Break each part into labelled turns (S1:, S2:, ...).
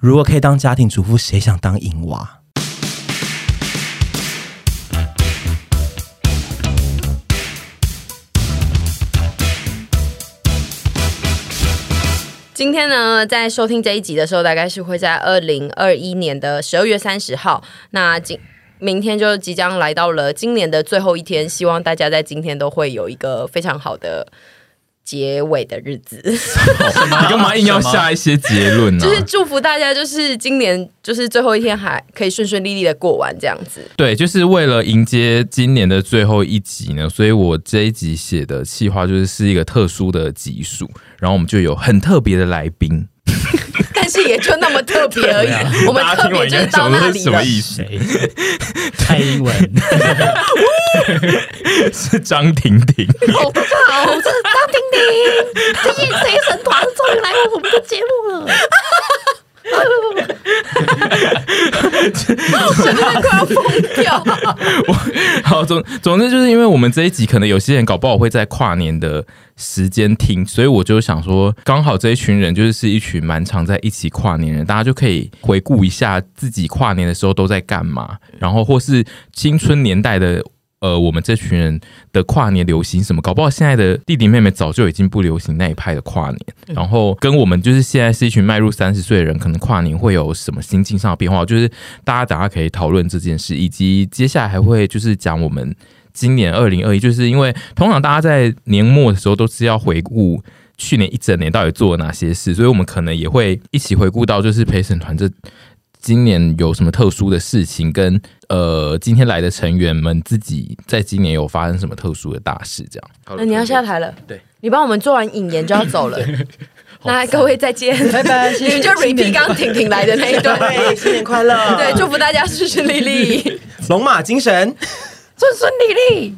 S1: 如果可以当家庭主妇，谁想当淫娃？
S2: 今天呢，在收听这一集的时候，大概是会在二零二一年的十二月三十号。那今明天就即将来到了今年的最后一天，希望大家在今天都会有一个非常好的结尾的日 子。
S3: 你干嘛硬要下一些结论呢、
S2: 就是祝福大家，就是今年就是最后一天还可以顺顺利利的过完这样子。
S3: 对，就是为了迎接今年的最后一集呢，所以我这一集写的企划就是是一个特殊的集数，然后我们就有很特别的来宾。
S2: 但是也就那么特别 而已，我们
S3: 啊大家
S2: 特
S3: 听
S2: 别
S3: 完应
S2: 就是
S3: 该
S2: 到
S3: 懂
S2: 那
S3: 这
S2: 里
S3: 是什么
S2: 了。
S3: 意思？啊
S4: 谁？ 蔡英文，
S3: 是张婷婷。
S5: 我不知道，哦我是张婷婷，这一这一神团终于来我们的节目 了。
S2: 掉
S3: 好，总总之就是因为我们这一集可能有些人搞不好会在跨年的时间听，所以我就想说，刚好这一群人就是是一群蛮常在一起跨年人，大家就可以回顾一下自己跨年的时候都在干嘛，然后或是青春年代的。呃，我们这群人的跨年流行什么？搞不好现在的弟弟妹妹早就已经不流行那一派的跨年，然后跟我们就是现在是一群迈入三十岁的人，可能跨年会有什么心境上的变化？就是大家等下可以讨论这件事，以及接下来还会就是讲我们今年二零二一，就是因为通常大家在年末的时候都是要回顾去年一整年到底做了哪些事，所以我们可能也会一起回顾到就是陪审团这。今年有什么特殊的事情？跟呃，今天来的成员们自己在今年有发生什么特殊的大事？这样，
S2: 那你要下台了，
S3: 对，
S2: 你帮我们做完引言就要走 了。那各位再见，拜拜。 你们就 repeat 刚婷婷来的那一 段，
S1: 对，新年快乐！
S2: 对，祝福大家顺顺利利。
S1: 龙马精神。
S5: 顺顺利利，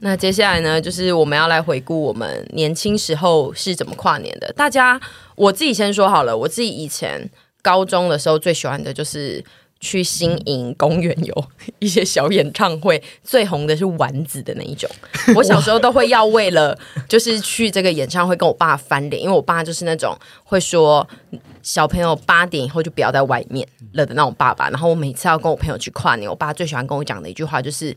S2: 那接下来呢，就是我们要来回顾我们年轻时候是怎么跨年的。大家，我自己先说好了，我自己以前高中的时候最喜欢的就是。去新营公园有一些小演唱会，最红的是丸子的那一种。 我小时候都会要为了就是去这个演唱会跟我爸翻脸，因为我爸就是那种会说小朋友八点以后就不要在外面了的那种爸爸。然后我每次要跟我朋友去跨年，我爸最喜欢跟我讲的一句话就是：“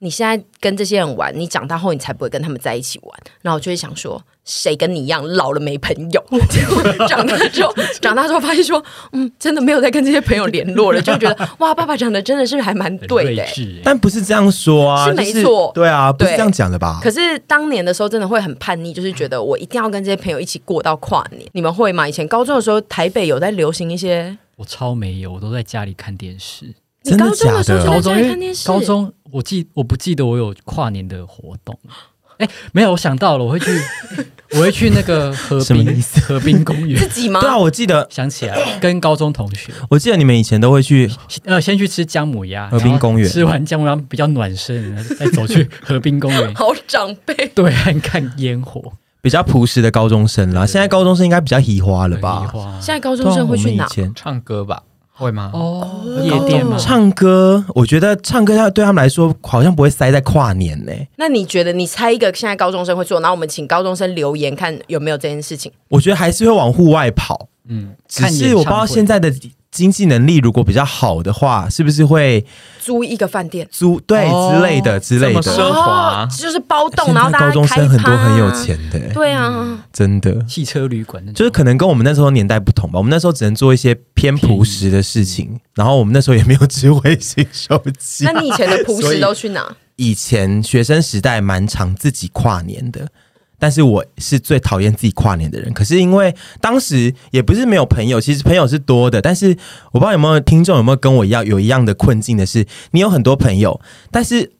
S2: 你现在跟这些人玩，你长大后你才不会跟他们在一起玩。”然后我就会想说，谁跟你一样老了没朋友？ 结果长大之后，长大之后发现说，嗯，真的没有再跟这些朋友联络了，就觉得哇，爸爸讲的真的是还蛮
S4: 很
S2: 对
S4: 睿
S2: 的、欸
S4: 智欸。
S1: 但不是这样说啊，
S2: 是没
S1: 就是
S2: 错
S1: 对啊，不是
S2: 对
S1: 这样讲的吧？
S2: 可是当年的时候，真的会很叛逆，就是觉得我一定要跟这些朋友一起过到跨年。你们会吗？以前高中的时候，台北有在流行一些。
S4: 我超没有，我都在家里看电视。
S1: 真的
S2: 你高中
S1: 假
S2: 的时候就啊
S4: 高
S1: 的？
S2: 是
S4: 中
S2: 在家
S4: 因
S2: 里看电
S4: 为
S2: 视
S4: 高中我记我不记得我有跨年的活动。 哎、没有，我想到了，我会 去，我会去那个河
S1: 什么意
S4: 滨河滨公园
S2: 自。己吗？，
S1: 对啊，我记得，
S4: 想起来了，跟高中同学，
S1: 我记得你们以前都会去，
S4: 呃，先去吃姜母鸭，
S1: 河滨
S4: 然后
S1: 公园
S4: 吃完姜母鸭比较暖身，然后再走去河滨公 园
S2: 好长辈，
S4: 对岸看烟火，
S1: 比较朴实的高中生啦。现在高中生应该比较移花了
S4: 梨
S1: 吧？
S4: 花
S2: 现在高
S1: 对
S2: 中
S1: 啊，
S2: 生
S1: 我
S2: 会
S1: 们
S2: 去
S1: 以
S2: 哪？
S1: 前
S6: 唱歌吧？会吗？
S4: 哦，夜店吗？
S1: 唱歌，我觉得唱歌要对他们来说好像不会塞在跨年呢、
S2: 那你觉得你猜一个现在高中生会做，然后我们请高中生留言看有没有这件事情？
S1: 我觉得还是会往户外跑，
S4: 嗯，
S1: 只是我不知道现在的经济能力如果比较好的话，是不是会
S2: 租一个饭店
S1: 租对、之类的之类的。
S6: 这么奢华
S2: 哦就是包栋，
S1: 现
S2: 然后
S1: 在
S2: 大家
S1: 高中
S2: 开
S1: 生很
S2: 趴
S1: 多
S2: 啊
S1: 很有。钱的、
S2: 对
S6: 嗯
S2: 啊，
S1: 真的。
S4: 汽车旅馆那
S1: 就是
S4: 种，
S1: 可能跟我们那时候年代不同吧，我们那时候只能做一些偏朴实的事情，然后我们那时候也没有智慧型手机。
S2: 嗯那你以前的朴
S1: 所
S2: 实
S1: 以
S2: 都去哪？
S1: 以前学生时代蛮常自己跨年的，但是我是最讨厌自己跨年的人。可是因为当时也不是没有朋友，其实朋友是多的，但是我不知道有没有听众有没有跟我一样有一样的困境的是，你有很多朋友，但是。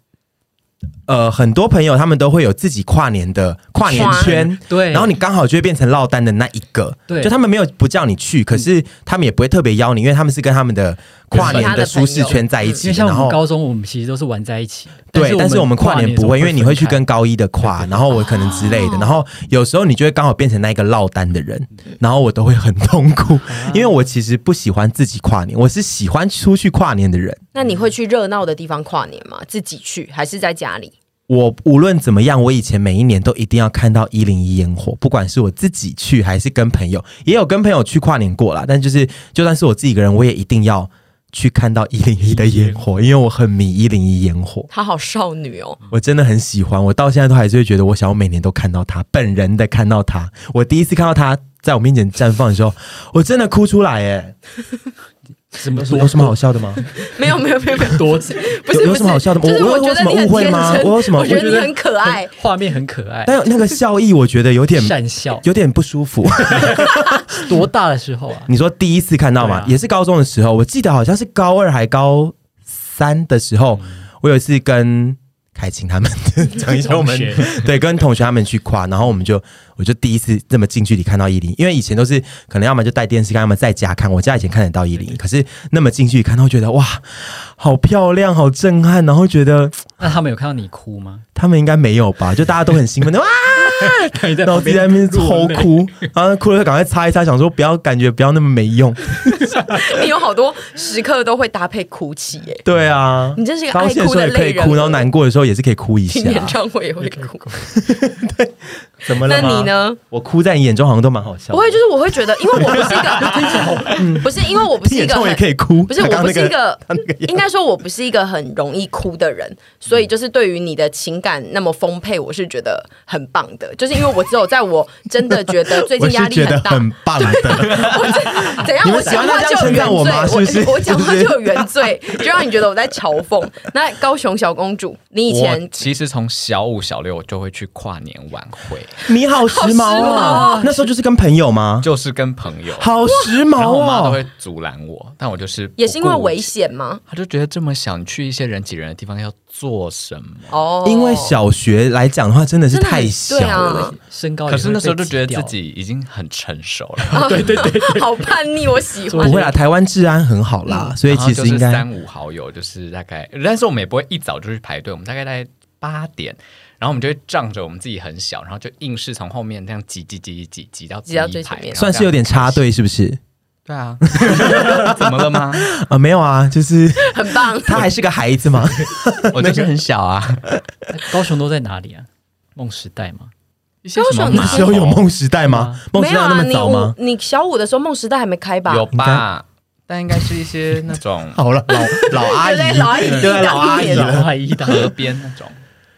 S1: 呃，很多朋友他们都会有自己跨年的跨年圈，
S4: 对，
S1: 然后你刚好就会变成落单的那一个，
S4: 对
S1: 就他们没有不叫你去，可是他们也不会特别邀你，因为他们是跟他们的跨年的舒适圈在一
S4: 因
S1: 起，
S4: 为嗯像我
S1: 然
S4: 们
S1: 后
S4: 高中，我们其实都是玩在一起，
S1: 对，但是我们跨年不会，因为你会去
S4: 分开
S1: 跟高一的跨，然后我可能之类的，然后有时候你就会刚好变成那一个落单的人，然后我都会很痛苦， 因为我其实不喜欢自己跨年，我是喜欢出去跨年的人。
S2: 那你会去热闹的地方跨年吗？自己去还是在家里？
S1: 我无论怎么样，我以前每一年都一定要看到一零一烟火，不管是我自己去还是跟朋友，也有跟朋友去跨年过啦。但就是就算是我自己一个人，我也一定要去看到一零一的烟火，因为我很迷一零一烟火，
S2: 她好少女哦，
S1: 我真的很喜欢。我到现在都还是会觉得，我想要每年都看到他，本人的看到他。我第一次看到他在我面前绽放的时候，我真的哭出来耶！
S4: 什么
S1: 有什么好笑 的吗？
S2: 没有没有没有没有，
S4: 多？
S2: 不是
S1: 有有
S2: 不
S1: 什么好
S2: 是，
S1: 笑的吗？
S2: 就是
S1: 我我
S2: 我
S1: 有
S2: 觉
S1: 什
S2: 得
S1: 么
S2: 你很
S1: 误会
S2: 天
S1: 吗？
S2: 真
S1: 我有什么
S2: 我
S1: 误
S2: 觉
S1: 会？
S2: 得你很可爱，
S4: 画面很可爱，
S1: 但有那个笑意，我觉得有点
S4: 善笑。
S1: 有点不舒服。
S4: 多大的时候啊？
S1: 你说第一次看到吗？
S4: 对啊
S1: 也是高中的时候，我记得好像是高二还高三的时候，
S4: 嗯
S1: 我有一次跟凯琴他们 讲一些我们
S4: 同学
S1: 对跟同学他们去跨，然后我们就我就第一次这么近距离看到一零，因为以前都是可能要么就带电视看，要么在家看。我家以前看得到一零，可是那么近距离看到，觉得哇，好漂亮，好震撼，然后觉得
S4: 那他们有看到你哭吗？
S1: 他们应该没有吧？就大家都很兴奋的哇，
S4: 他在
S1: 然后自己在那边偷 哭，然后哭了就赶快擦一擦，想说不要感觉不要那么没用。
S2: 你有好多时刻都会搭配哭泣耶。
S1: 对啊，
S2: 你真是一个
S1: 高
S2: 爱
S1: 兴的
S2: 哭
S1: 时候
S2: 的
S1: 也可
S2: 泪
S1: 以
S2: 人。哦
S1: 哭，然后难过的时候也是可以哭一下
S2: 听。演唱会也会哭。
S1: 怎么
S2: 那
S1: 了吗
S2: 你？呢？
S1: 我哭在你眼中好像都蛮好笑的。
S2: 不会，就是我会觉得，因为我不是一 个， 不是因为我不是
S1: 嗯听
S2: 一
S1: 演
S2: 个
S1: 唱会也
S2: 很
S1: 可以哭，
S2: 不是
S1: 他
S2: 我
S1: 刚
S2: 不
S1: 刚那
S2: 是一个
S1: 他那个，
S2: 应该说我不是一个很容易哭的人，所以就是对于你的情感那么丰沛，我是觉得很棒的。就是因为我只有在我真的觉得最
S1: 我
S2: 近
S1: 是
S2: 压力
S1: 觉得
S2: 很大，
S1: 很棒 的。
S2: 怎样？
S1: 你们
S2: 我讲
S1: 喜欢
S2: 话
S1: 他这
S2: 就
S1: 样
S2: 有
S1: 称
S2: 原
S1: 赞
S2: 罪，
S1: 我吗是不是
S2: 我我讲话
S1: 是
S2: 就
S1: 不是
S2: 有原罪， 就让你觉得我在嘲讽。那高雄小公主，你以
S6: 我
S2: 前
S6: 其实从小五、小六我就会去跨年晚会，
S2: 啊
S1: 你好时髦
S2: 好时髦
S1: 啊
S2: 啊！
S1: 那时候就是跟朋友吗？
S6: 就是跟朋友，
S1: 好时
S6: 然后
S1: 髦
S6: 我妈都
S1: 啊！
S6: 会阻拦我，但我就是
S2: 哦也是因为危
S6: 险。
S2: 险吗？
S6: 他就觉得这么想去一些人挤人的地方要做什么？
S2: 哦，
S1: 因为小学来讲的话，真的是
S2: 真的很
S1: 太小
S2: 对
S1: 了
S2: 啊。
S4: 身高也
S6: 嗯可
S4: 会被挤掉，
S6: 是那时候就觉得自己已经很成熟了，
S2: 哦
S4: 对对对，
S2: 好叛逆，我 喜
S1: 不
S2: 欢。
S1: 会啦，啊台湾治安很好啦，
S2: 嗯
S1: 所以
S6: 然后
S1: 其
S6: 就
S1: 实
S6: 是
S1: 应该
S6: 三五好友，就是大概，但是我们也不会一早就去排队，我们大概在八点，然后我们就会仗着我们自己很小，然后就硬是从后面这样挤挤挤挤挤挤到
S2: 挤到
S6: 第一
S2: 最前
S6: 排
S2: 面
S1: 算是有点插。队，是不是？
S6: 然后这样对啊， 怎么了吗？
S1: 啊，没有啊，就是。
S2: 很棒
S1: 他还是个孩子 嘛。
S6: 我就是很小啊，
S4: 高雄都在哪里啊？梦时代吗？
S6: 一些什么
S2: 高
S1: 那
S6: 马
S1: 时候有梦时代吗？梦
S2: 没
S1: 时
S2: 有
S1: 代有那
S2: 啊，
S1: 么
S2: 你
S1: 早
S2: 五
S1: 吗？
S2: 你小五的时候，梦时代还没开吧？
S6: 有
S1: 应该
S6: 吧？但应该是一些那种
S1: 好了，老老阿
S2: 对
S1: 姨
S2: 不，对？老阿姨，
S1: 对老阿姨啊了
S4: 老阿姨的
S6: 河边那 种，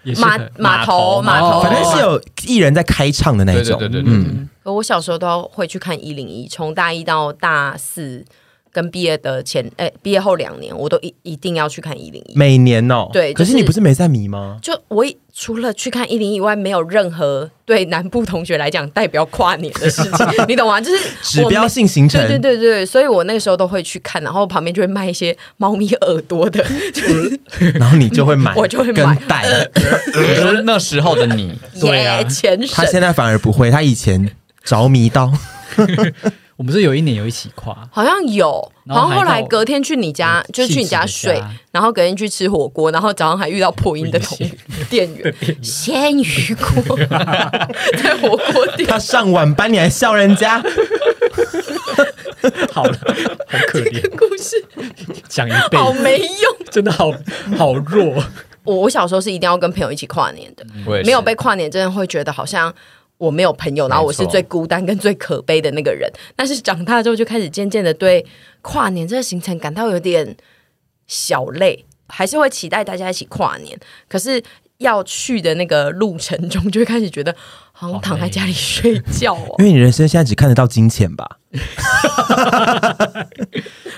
S4: 也是
S2: 码
S4: 很哦
S2: 码头
S6: 码
S2: 码
S6: 头
S2: 头，
S1: 反正是有艺人在开唱的那一
S6: 对对
S1: 种。
S6: 哦
S1: 嗯
S6: 对对对对。
S2: 可我小时候都会去看一零一，从大一到大四，跟毕业的前，哎、毕业后两年，我都一一定要去看一零一。
S1: 每年哦，
S2: 对
S1: 可
S2: 就是
S1: 是你不是没在迷吗？
S2: 就我一除了去看一零以外，没有任何对南部同学来讲代表跨年的事情，你懂吗？就是
S1: 指
S2: 我
S1: 标
S2: 没
S1: 性行程，
S2: 对对对对，所以我那个时候都会去看，然后旁边就会卖一些猫咪耳朵的，就是
S1: 然后你就会买，
S2: 我就会买
S1: 跟带。
S6: 你说那时候的你，
S4: 对啊
S2: 耶前
S1: 他现
S2: 神，
S1: 在反而不会，他以前着迷 到
S4: 我们是有一年有一起跨，
S2: 好像有，
S4: 然后
S2: 好像后
S4: 还
S2: 来
S4: 到
S2: 隔天去你家，
S4: 嗯
S2: 就是去你家
S4: 亲戚
S2: 睡
S4: 的家，
S2: 然后隔天去吃火锅，然后早上还遇到破音的同店员，鲜鱼锅在火锅店，
S1: 他上晚班，你还笑人家？
S4: 好了，好可怜，
S2: 故事
S4: 讲一
S2: 好
S4: 辈子，
S2: 没用。
S4: 真的好好弱。
S2: 我我小时候是一定要跟朋友一起跨年的，
S6: 我也是
S2: 没有被跨年，真的会觉得好像我没有朋友，然后我是最孤单跟最可悲的那个人。但是长大之后，就开始渐渐的对跨年这个行程感到有点小累，还是会期待大家一起跨年，可是。要去的那个路程中，就会开始觉得好像躺在家里睡觉哦，
S1: 因为你人生现在只看得到金钱吧？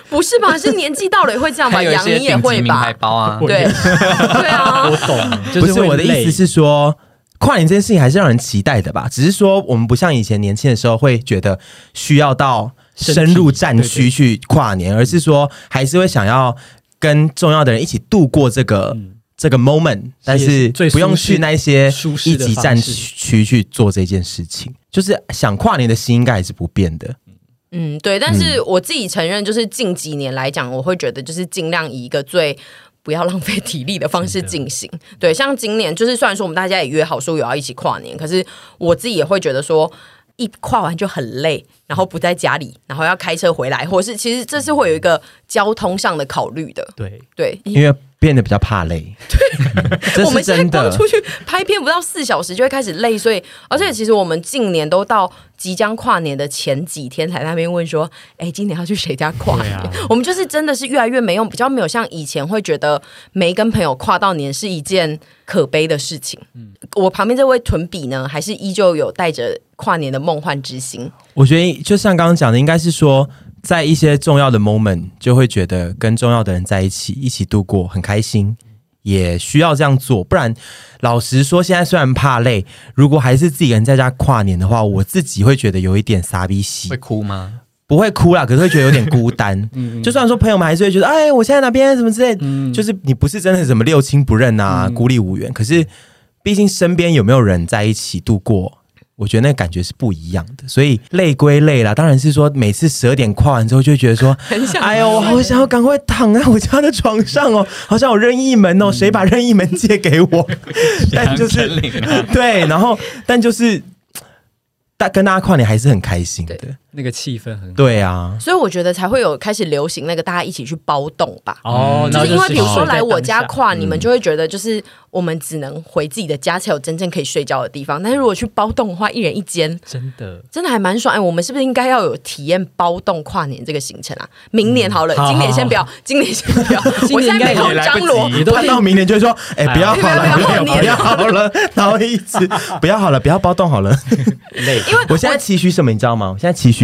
S2: 不是吧？是年纪到了也会这样吧？
S6: 还有一
S2: 杨
S6: 些
S2: 你也
S6: 顶级
S2: 会
S6: 名牌
S2: 吧？
S6: 包啊，
S2: 对对啊，
S4: 我懂，就
S1: 不是
S4: 会
S1: 我的意
S4: 累
S1: 思是说。跨年这件事情还是让人期待的吧，只是说我们不像以前年轻的时候会觉得需要到深入战区去跨年，而是说还是会想要跟重要的人一起度过这个、这个 moment，但是
S4: 嗯最舒适
S1: 不用去那些
S4: 舒适
S1: 一
S4: 的
S1: 级
S4: 方
S1: 战
S4: 式
S1: 区去做这件事情。就是想跨年的心应该还是不变的，
S2: 嗯，对，但是我自己承认，就是近几年来讲，我会觉得就是尽量以一个最不要浪费体力的方式进行。对，像今年就是虽然说我们大家也约好说有要一起跨年，可是我自己也会觉得说。一跨完就很累，然后不在家里，然后要开车回来，或是其实这是会有一个交通上的考虑的，
S4: 对，
S2: 对，
S1: 因为变得比较怕累，这
S2: 我
S1: 是
S2: 们现在
S1: 真
S2: 光
S1: 的。
S2: 出去拍片不到四小时就会开始累，所以而且其实我们近年都到即将跨年的前几天才在那边问说，哎，今年要去谁家跨
S1: 啊
S2: 年？我们就是真的是越来越没用，比较没有像以前会觉得没跟朋友跨到年是一件可悲的事情。
S1: 嗯
S2: 我旁边这位屯比呢，还是依旧有带着跨年的梦幻之心，
S1: 我觉得就像刚刚讲的，应该是说，在一些重要的 moment 就会觉得跟重要的人在一起，一起度过很开心，也需要这样做。不然，老实说，现在虽然怕累，如果还是自己一个人在家跨年的话，我自己会觉得有一点傻逼喜
S6: 会，哭吗？
S1: 不会哭啦，可是会觉得有点孤 单。
S2: 嗯
S1: 就算说朋友们还是会觉得，哎，我现在哪边什么之类，就是你不是真的什么六亲不认啊，
S2: 嗯
S1: 孤立无援。可是，毕竟身边有没有人在一起度过，我觉得那感觉是不一样的。所以累归累啦，当然是说每次十二点跨完之后，就会觉得说，
S2: 很想
S1: 哎呦，我好想要赶快躺啊在我家的床上哦，好像有任意门哦，谁把任意门借给 我？但就
S6: 杨
S1: 是
S6: 丞琳啊
S1: 对，然后但就是。大跟大家跨年还是很开心的，
S4: 那个气氛很好
S1: 对啊，
S2: 所以我觉得才会有开始流行那个大家一起去包栋吧。
S4: 哦
S2: 嗯就是因为比如说
S4: 睡在
S2: 来我家
S4: 当下
S2: 跨，你们就会觉得就是我们只能回自己的家才有真正可以睡觉的地方。但是如果去包栋的话，一人一间，
S4: 真的
S2: 真的还蛮爽。哎，我们是不是应该要有体验包栋跨年这个行程啊？明年好了，
S4: 好
S2: 今年先不要，今年先不要。我现在没有张罗，
S4: 也都
S1: 他到明年就会说：“哎、不要好了，
S2: 不
S1: 不要
S2: 要不
S1: 不
S2: 要
S1: 要好了。”然后一直 不要好了，不要包动好了。
S4: 累，
S2: 因为
S1: 我现在期许什么，你知道吗？我现在期许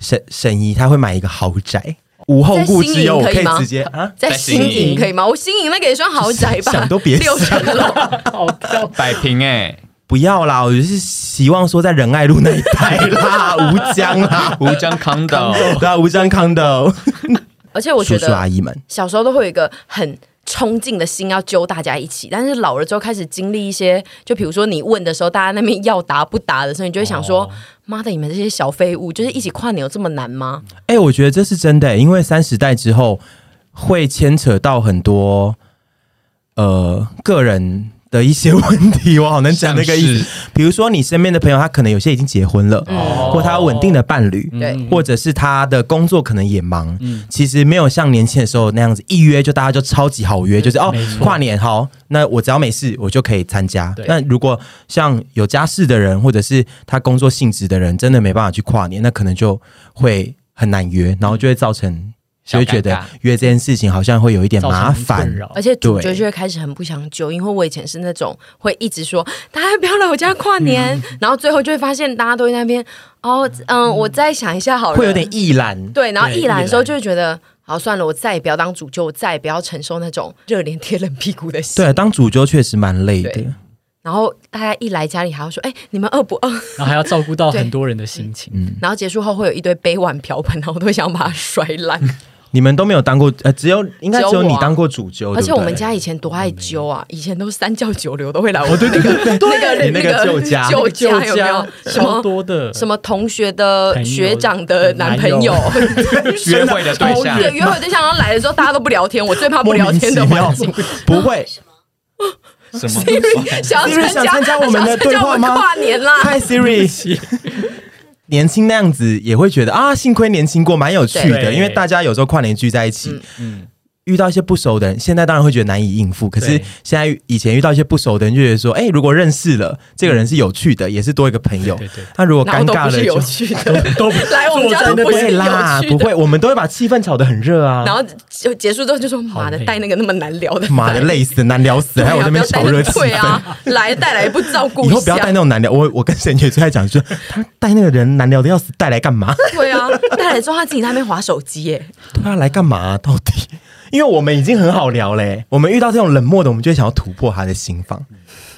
S1: 沈沈怡她会买一个豪宅，无后顾之忧，我
S2: 在新营可以吗
S1: 以直接啊。
S2: 在
S6: 在
S2: 新
S6: 新
S2: 营
S6: 营
S2: 可以吗？我新营那个也算豪宅吧，
S1: 想都别想
S2: 六层楼。
S4: 好跳。
S6: 摆平哎，
S1: 不要啦，我就是希望说在仁爱路那一带啦， 吴江啦，
S6: 无章 condo，
S1: 对啊，吴江康的
S2: 而且我觉
S1: 叔叔阿
S2: 得
S1: 姨们，
S2: 小时候都会有一个很。冲劲的心要揪大家一起，但是老了之后开始经历一些，就比如说你问的时候，大家那边要答不答的时候，你就会想说：“妈的，你们这些小废物，就是一起跨年有这么难吗
S1: 哎、我觉得这是真的、因为三十代之后会牵扯到很多呃个人的一些 问题，我好难讲那个意
S6: 像
S1: 思。比如说，你身边的朋友，他可能有些已经结婚了，或他有稳定的伴侣，？”
S2: 对，
S1: 或者是他的工作可能也忙，
S4: 嗯
S1: 其实没有像年轻的时候那样子一约就大家就超级好约，就是哦
S4: 嗯没错
S1: 跨年好，那我只要没事我就可以参加
S4: 对。
S1: 那如果像有家室的人，或者是他工作性质的人，真的没办法去跨年，那可能就会很难约，然后就会造成就
S6: 小
S1: 会觉
S6: 尴
S1: 得
S6: 尬
S1: 约这件事情好像会有一点
S4: 造成
S1: 麻烦
S4: 困。扰
S2: 而且主角
S1: 对
S2: 就会开始很不想揪，因为我以前是那种会一直说大家不要来我家跨年，然后最后就会发现大家都在那边哦，嗯，我再想一下好了，
S1: 会有点意懒，
S2: 对，然后
S4: 对
S2: 一来的时候
S4: 一来
S2: 就会觉得，好算了，我再也不要当主角，我再也不要承受那种热脸贴冷屁股的戏。
S1: 对，啊当主角确实蛮累的
S2: 对。然后大家一来家里还要说，哎、你们饿不饿？
S4: 然后还要照顾到很多人的心
S1: 嗯
S4: 情，
S2: 然后结束后会有一堆杯碗瓢盆，然后我都会想把它摔烂。
S1: 你们都没有当过，呃，只有应该
S2: 只有
S1: 只有
S2: 我
S1: 你
S2: 啊
S1: 当过主角，
S2: 而且
S1: 哦对嗯不
S2: 我们
S1: 对
S2: 家以前多爱揪啊，以前都三教九流都会来
S1: 哦
S2: 我那个那个
S1: 你那个旧家
S2: 旧
S4: 旧
S2: 家有没有
S4: 家
S2: 什么
S4: 超多的
S2: 什么同学的
S4: 朋友
S2: 学长的男朋友，
S6: 约会的对象
S2: 对，约会对象，然后来的时候大家都不聊天，我最怕不聊天的环境。
S1: 不会。
S6: 什么？
S2: 想要
S1: Siri 想
S2: 参
S1: 参
S2: 加
S1: 加我们的
S2: 想参
S1: 对
S2: 加
S1: 话
S2: 我们
S1: 吗
S2: 跨年 啦！
S1: 嗨 Siri，年轻那样子也会觉得啊，幸亏年轻过，蛮有趣的。
S4: 对嗯
S1: 因为大家有时候跨年聚在一起，遇到一些不熟的人，现在当然会觉得难以应付。可是
S4: 对
S1: 现在以前遇到一些不熟的人，就觉得说，哎、如果认识了这个人是有趣的，也是多一个朋友
S4: 对对对。
S1: 那如果
S2: 然后
S1: 尴
S2: 都
S1: 尬了
S2: 不是
S1: 就
S2: 有。趣的， 都 来我们家都
S1: 不
S2: 不是
S1: 会啦
S2: 有，趣
S1: 不
S2: 的。
S1: 会，我们都会把气氛炒得很热 啊。
S2: 然后就结束之后就说：“妈的，
S4: 累
S2: 带那个那么难聊的，
S1: 妈的，累死，难聊死，
S2: 对啊，
S1: 还有我在那边炒
S2: 不要带那
S1: 热
S2: 个
S1: 气
S2: 对
S1: 氛。
S2: 啊，来带来不照顾
S1: 以
S2: 一
S1: 后不要带
S2: 下
S1: 那，种难聊。我我跟沈姐最爱讲，就是他带那个人难聊的要死，带来干嘛？
S2: 对啊，带来之后他自己在那边划手机耶，
S1: 对啊，来干嘛啊、到底？ 因为我们已经很好聊嘞、我们遇到这种冷漠的，我们就会想要突破他的心房，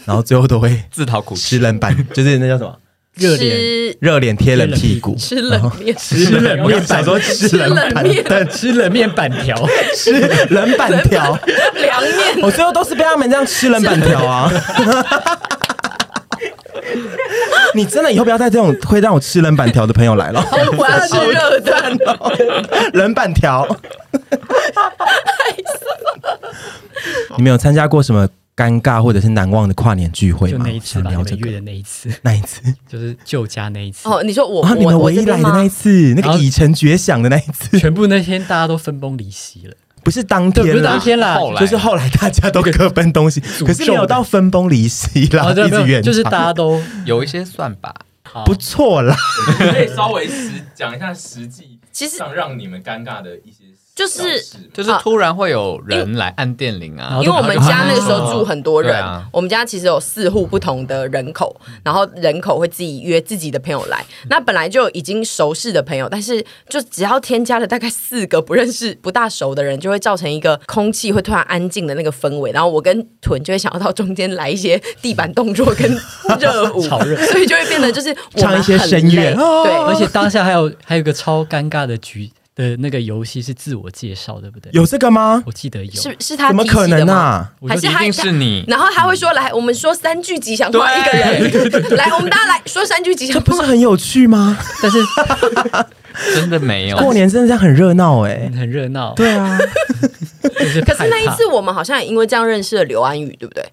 S1: 然后最后都会
S6: 自讨苦
S1: 吃
S6: 吃。
S1: 冷板， 就是那叫什么
S4: 热脸
S2: 吃
S1: 热哦脸贴冷屁 股。
S2: 吃冷面，
S4: 吃冷
S1: 我
S4: 面
S1: 也想说吃冷板凳，
S4: 呃吃冷面板 条，
S1: 吃冷板条，
S2: 凉面。
S1: 我最后都是被他们这样吃冷板条啊！ 你真的以后不要带这种会让我吃冷板条的朋友来了，
S2: 我要吃热
S1: 哦
S2: 的，
S1: 冷板条。 你们有参加过什么尴尬或者是难忘的跨年聚会
S4: 就
S1: 吗？
S4: 那一次
S1: 我
S4: 吧，
S1: 想聊
S4: 你们
S1: 这个
S4: 约的那一次，
S1: 那一次
S4: 就是旧家那一次，
S2: 哦，你说我
S1: 啊，你们
S2: 我
S1: 唯一
S2: 这边
S1: 来的那一
S4: 啊
S2: 吗？
S1: 次，那
S4: 然
S1: 个
S4: 后
S1: 以成绝响的那一次，
S4: 全部那天大家都分崩离析了，
S1: 不是当
S4: 对，不
S1: 天啊
S4: 是当
S1: 啦，
S4: 天啦，
S6: 后来
S1: 就是后来大家都各分东西，可是没有到分崩离析啦，
S4: 哦对
S1: 一
S4: 没
S1: 直
S4: 有
S1: 远
S4: 就是
S1: 长
S4: 大 家都
S6: 有一些算吧，
S1: 不错啦。
S3: 可以稍微实讲一下实际
S2: 其实
S3: 上让你们尴尬的一些
S2: 就是
S3: 小事吗
S6: 就是突然会有人来按电铃啊
S4: 因，
S2: 因为我们家那个时
S1: 嗯
S2: 候住很多人，
S6: 对啊
S2: 我们家其实有四户不同的人口，然后人口会自己约自己的朋友来。那本来就已经熟识的朋友，但是就只要添加了大概四个不认识、不大熟的人，就会造成一个空气会突然安静的那个氛围。然后我跟屯就会想要到中间来一些地板动作 跟热舞，
S4: 炒热
S2: 所以就会变得就是我们
S1: 唱一些
S2: 很
S1: 声
S2: 累
S1: 乐哦
S2: 对，
S4: 而且当下还有还有一个超尴尬的局的那个游戏是自我介绍，对不对？
S1: 有这个吗？
S4: 我记得有，
S2: 是是他
S1: 怎么
S2: 提起的
S1: 可能
S2: 吗？
S1: 啊？
S4: 我
S2: 还
S4: 就是
S6: 一
S2: 他
S6: 定是你，
S2: 然后他会说：“来，我们说三句吉祥话，一个 人来，我们大家来说三句吉
S1: 这
S2: 祥
S1: 不是
S2: 话。
S1: 很有趣吗？
S4: 但是
S6: 真的没有。
S4: 哦
S1: 过年真的这样很热闹哎。
S4: 很热闹，
S1: 对啊，
S4: 就是”
S2: 可是那
S4: 害
S2: 一
S4: 怕
S2: 次，我们好像也因为这样认识了刘安宇，对不对？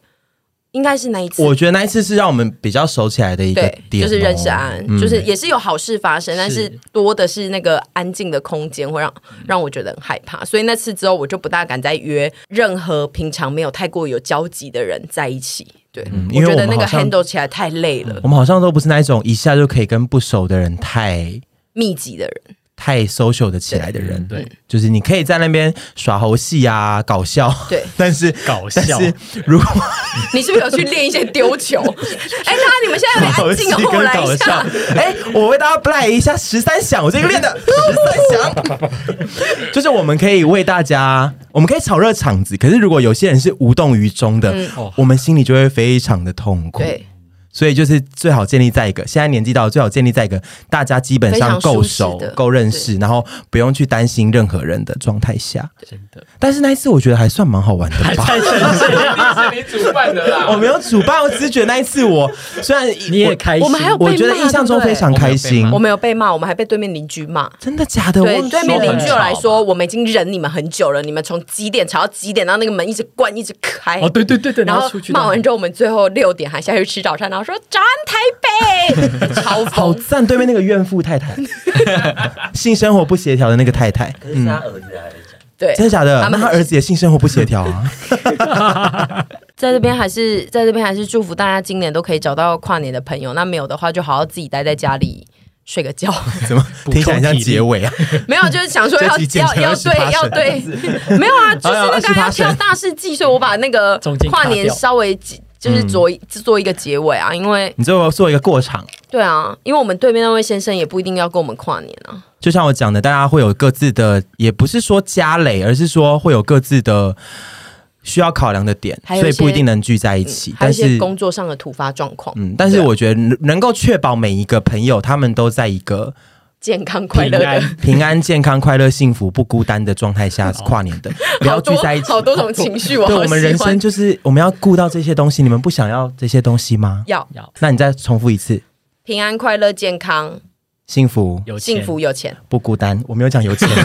S2: 应该是那一次，
S1: 我觉得那一次是让我们比较熟起来的一个
S2: 对，
S1: 点哦，
S2: 就是认识安，
S1: 嗯
S2: 就是也是有好事发生，但是
S4: 是
S2: 多的是那个安静的空间会让
S1: 嗯
S2: 让我觉得很害怕，所以那次之后我就不大敢再约任何平常没有太过有交集的人在一起。对，
S1: 嗯因为
S2: 觉得
S1: 我们
S2: 那个
S1: 好像嗯
S2: handle 起来太累了，
S1: 我们好像都不是那一种一下就可以跟不熟的人太
S2: 密集的人，
S1: 太 social 的起来的人，
S2: 嗯
S4: 对，
S1: 就是你可以在那边耍猴戏啊，搞笑，
S2: 对，
S1: 但是
S4: 搞
S1: 但
S4: 笑，
S1: 是如果
S2: 你是不是有去练一些 丢球？哎，大家你们现在有点
S1: 好
S2: 安
S1: 戏
S2: 静哦，我
S1: 跟
S2: 来
S1: 搞
S2: 一
S1: 笑
S2: 下。，
S1: 哎、我为大家 play 一下十三响，我这个练 的十三响， 就是我们可以为大家，我们可以炒热场子，可是如果有些人是无动于衷的，
S4: 哦
S1: 我们心里就会非常的痛苦。
S2: 嗯对，
S1: 所以就是最好建立在一个现在年纪到了，最好建立在一个大家基本上够熟
S2: 非常舒适的、
S1: 够认识，然后不用去担心任何人的状态下。
S4: 真的
S1: 但是那一次我觉得还算蛮好玩的吧。
S3: 一定是你主办的啦
S1: 我没有主办，我只是觉得那一次我虽然
S4: 你也开心，
S2: 我们还有
S1: 我觉得印象中非常开心
S6: 嗯
S2: 我。们有被骂，我们还被对面邻居骂。
S1: 真的假的？
S2: 对
S1: 忘，记
S2: 对面
S1: 了
S2: 邻居有来说，我们已经忍你们很久了，你们从几点吵到几点，然后那个门一直关，一直开。
S4: 哦，对对对对，
S2: 然
S4: 后
S2: 后
S4: 出去
S2: 骂完之后，我们最后六点还下去吃早餐，然后说早安台北，超
S1: 好
S2: 疯。
S1: 赞！对面那个怨妇太 太，性生活不协调的那个太太，
S7: 可是是他儿子还是讲？
S2: 对，
S1: 真的假的？
S2: 他
S1: 那
S2: 们
S1: 他儿子也性生活不协调 啊？
S2: 在这边还是在这边还是祝福大家今年都可以找到跨年的朋友。那没有的话，就好好自己待在家里睡个觉。
S1: 怎么听起来很像结尾啊？
S2: 没有，就是想说要
S1: 这集剪
S2: 要
S1: 成
S2: 要
S1: 28
S2: 对要对，没有啊，就是那个
S1: 28
S2: 要跳大世纪，所以我把那个
S4: 中间卡
S2: 跨
S4: 掉
S2: 年稍微几就是做一做一个结尾啊，因为
S1: 你就做一个过场。
S2: 对啊，因为我们对面那位先生也不一定要跟我们跨年啊，
S1: 就像我讲的，大家会有各自的，也不是说家累，而是说会有各自的需要考量的点，
S2: 还有
S1: 所以
S2: 一些嗯
S1: 不一定能聚在一起。
S2: 还
S1: 但
S2: 有一些
S1: 是，
S2: 工作上的突发状况，
S1: 嗯，但是我觉得能能够确保每一个朋友他们都在一个
S2: 健康快乐的。
S1: 平安、健康、快乐、幸福、不孤单的状态下跨年 的，不要
S2: 好
S1: 聚
S2: 多
S1: 在一起。
S2: 好多种情绪，我
S1: 对，
S2: 好
S1: 我们人
S2: 喜欢
S1: 生就是我们要顾到这些东西，你们不想要这些东西吗？
S2: 要
S4: 要
S1: 那你再重复一次，
S2: 平安、快乐、健康、
S1: 幸福
S4: 有钱
S2: 幸福、有钱，
S1: 不孤单。我没有讲有钱，你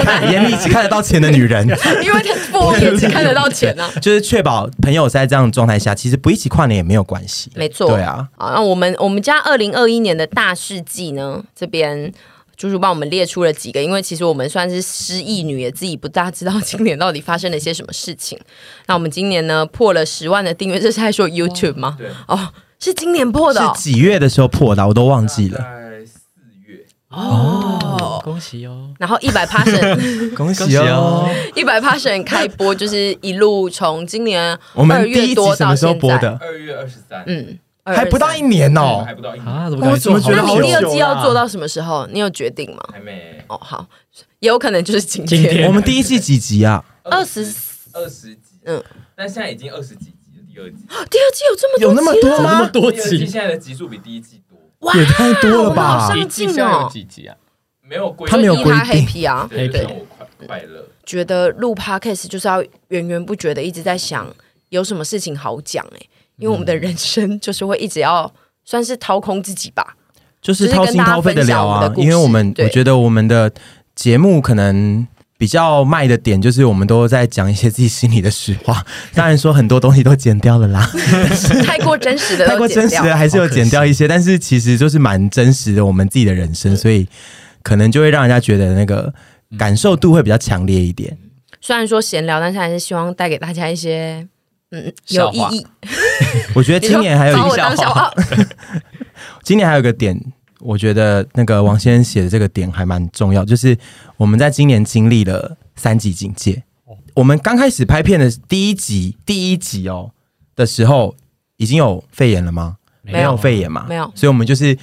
S1: 看眼里只看得到钱的女人。
S2: 因为富翁也只看得到钱啊。
S1: 就是确保朋友在这样的状态下，其实不一起跨年也没有关系。
S2: 没错，
S1: 对啊，
S2: 啊，那我们我们家二零二一年的大事记呢，这边。猪猪帮我们列出了几个，因为其实我们算是失忆女，也自己不大知道今年到底发生了一些什么事情。 那我们今年呢破了十万的订阅，这是在说 YouTube 吗？
S3: 对
S2: 哦，是今年破的、哦
S1: 是，几月的时候破的啊，我都忘记了。
S3: 在四月，
S4: 哦，恭喜哦，
S2: 然后一百 passion
S1: 恭
S6: 恭喜哦！
S2: 一百 passion 开播，就是一路从今年
S1: 哦我们
S2: 二
S1: 第
S2: 月
S1: 一
S2: 多
S1: 集
S2: 到
S1: 什么时候
S2: 现
S1: 播
S2: 在，
S1: 的？
S3: 二月二十三，
S2: 嗯，
S1: 还不到
S2: 123
S1: 一。年哦
S3: 嗯还。不到一年，
S4: 啊，怎么感
S1: 我怎么觉
S4: 做
S1: 得
S2: 哦那
S4: 好
S1: 好
S2: 你第二
S1: 久
S2: 季要做到什么时候？你有决定吗？
S3: 还没
S2: 哦，好，也有可能就是今
S4: 今天
S1: 我们第一季几集 啊？
S2: 二十
S3: 二十集，
S2: 嗯
S3: 嗯，但现在已经二十几集了，第二季，
S2: 啊第二季有这么
S1: 有那么
S2: 集
S1: 多
S4: 那么
S1: 吗？
S4: 多
S3: 第二季
S4: 集？
S3: 现在的集数比第一季多，
S2: 哇
S1: 也太多了吧
S2: 我们好
S6: 一
S2: 上
S6: 季
S2: 进
S6: 现在有
S2: 哦！
S6: 几集啊？
S3: 没有规
S1: 他没有
S2: 就
S1: 规
S2: 一拉黑
S1: 定
S2: 皮啊，
S3: 对，就
S2: 对
S3: 让，我快快乐。
S2: 觉得录 podcast 就是要源源不绝的一直在想有什么事情好讲哎、因为我们的人生就是会一直要算是掏空自 己吧，
S1: 就是掏心掏肺的聊
S2: 就是跟大家分享我们的
S1: 啊，
S2: 故事
S1: 因为我们
S2: 对
S1: 我觉得我们的节目可能。比较卖的点就是我们都在讲一些自己心里的实话，当然说很多东西都剪掉了啦，
S2: 太过真实的
S1: 太
S2: 都
S1: 过
S2: 剪
S1: 真实啊
S2: 掉。
S1: 了，还是有剪掉一些，但是其实就是蛮真实的我们自己的人生，所以可能就会让人家觉得那个感受度会比较强烈一点。
S2: 虽然说闲聊，但是还是希望带给大家一些嗯有
S6: 笑
S2: 意
S6: 话
S2: 义。
S1: 我觉得今年还有
S2: 你就
S1: 一
S2: 把我当笑话，
S1: 今年还有一个点，我觉得那个王先生写的这个点还蛮重要，就是我们在今年经历了三级警戒。我们刚开始拍片的第一集，第一集哦的时候，已经有肺炎了吗？
S2: 没有
S1: 没肺炎嘛，
S2: 没有
S1: 所以我们就是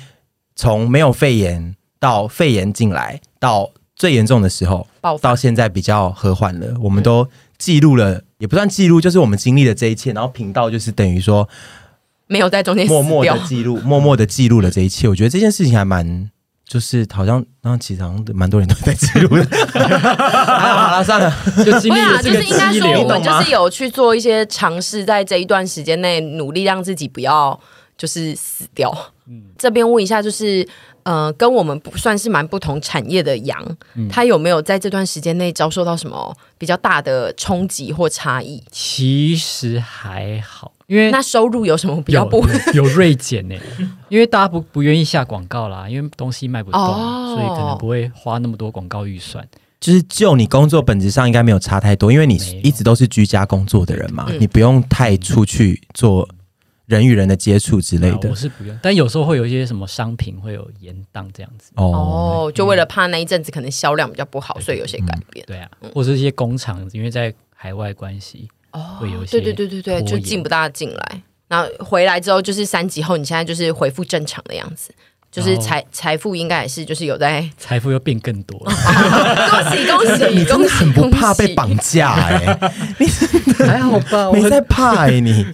S1: 从没有肺炎到肺炎进来，到最严重的时候，
S2: 爆发
S1: 到现在比较和缓了，我们都记录了，也不算记录，就是我们经历了这一切，然后频道就是等于说
S2: 没有在中间死
S1: 默默
S2: 掉
S1: 的。记录， 默默的记录了这一切。我觉得这件事情还蛮，就是好像，然后其实好像蛮多人都在记录的。 好了好了，算了，
S4: 就经
S2: 不会
S4: 历
S2: 啊，
S4: 了这
S2: 就
S4: 个
S2: 是应该
S4: 激
S2: 说我
S4: 流
S2: 们
S1: 懂
S2: 就
S1: 吗
S2: 是有去做一些尝试，在这一段时间内努力让自己不要就是死掉。
S4: 嗯
S2: 这边问一下，就是呃，跟我们不算是蛮不同产业的羊，
S4: 嗯
S2: 他有没有在这段时间内遭受到什么比较大的冲击或差异？
S4: 其实还好，因为
S2: 那收入有什么比较
S4: 有
S2: 不？
S4: 有有锐减呢，因为大家不不愿意下广告啦，因为东西卖不动，
S2: 哦
S4: 所以可能不会花那么多广告预算。
S1: 就是就你工作本质上应该没有差太多，因为你
S4: 没有
S1: 一直都是居家工作的人嘛，
S2: 嗯
S1: 你不用太出去做人与人的接触之类
S4: 啊
S1: 的
S2: 嗯
S4: 我。是不用，但有时候会有一些什么商品会有延档这样子。
S1: 哦，
S2: 哦，就为了怕那一阵子可能销量比较不好，所以有些改变。
S4: 对啊，或者一些工厂，因为在海外关系，
S2: 哦
S4: 会有一些
S2: 对对对对对，
S4: 拖
S2: 就
S4: 延
S2: 进不大进来，然后回来之后就是三级后，你现在就是恢复正常的样子，就是
S4: 然后
S2: 财财富应该也是就是 有在
S4: 财富又变更多
S2: 哦
S4: 了。
S2: 恭喜恭
S1: 你
S2: 喜
S1: 真
S2: 恭
S1: 的
S2: 喜，
S1: 很不怕被绑架哎、
S4: 还好吧
S1: 没在怕哎、 你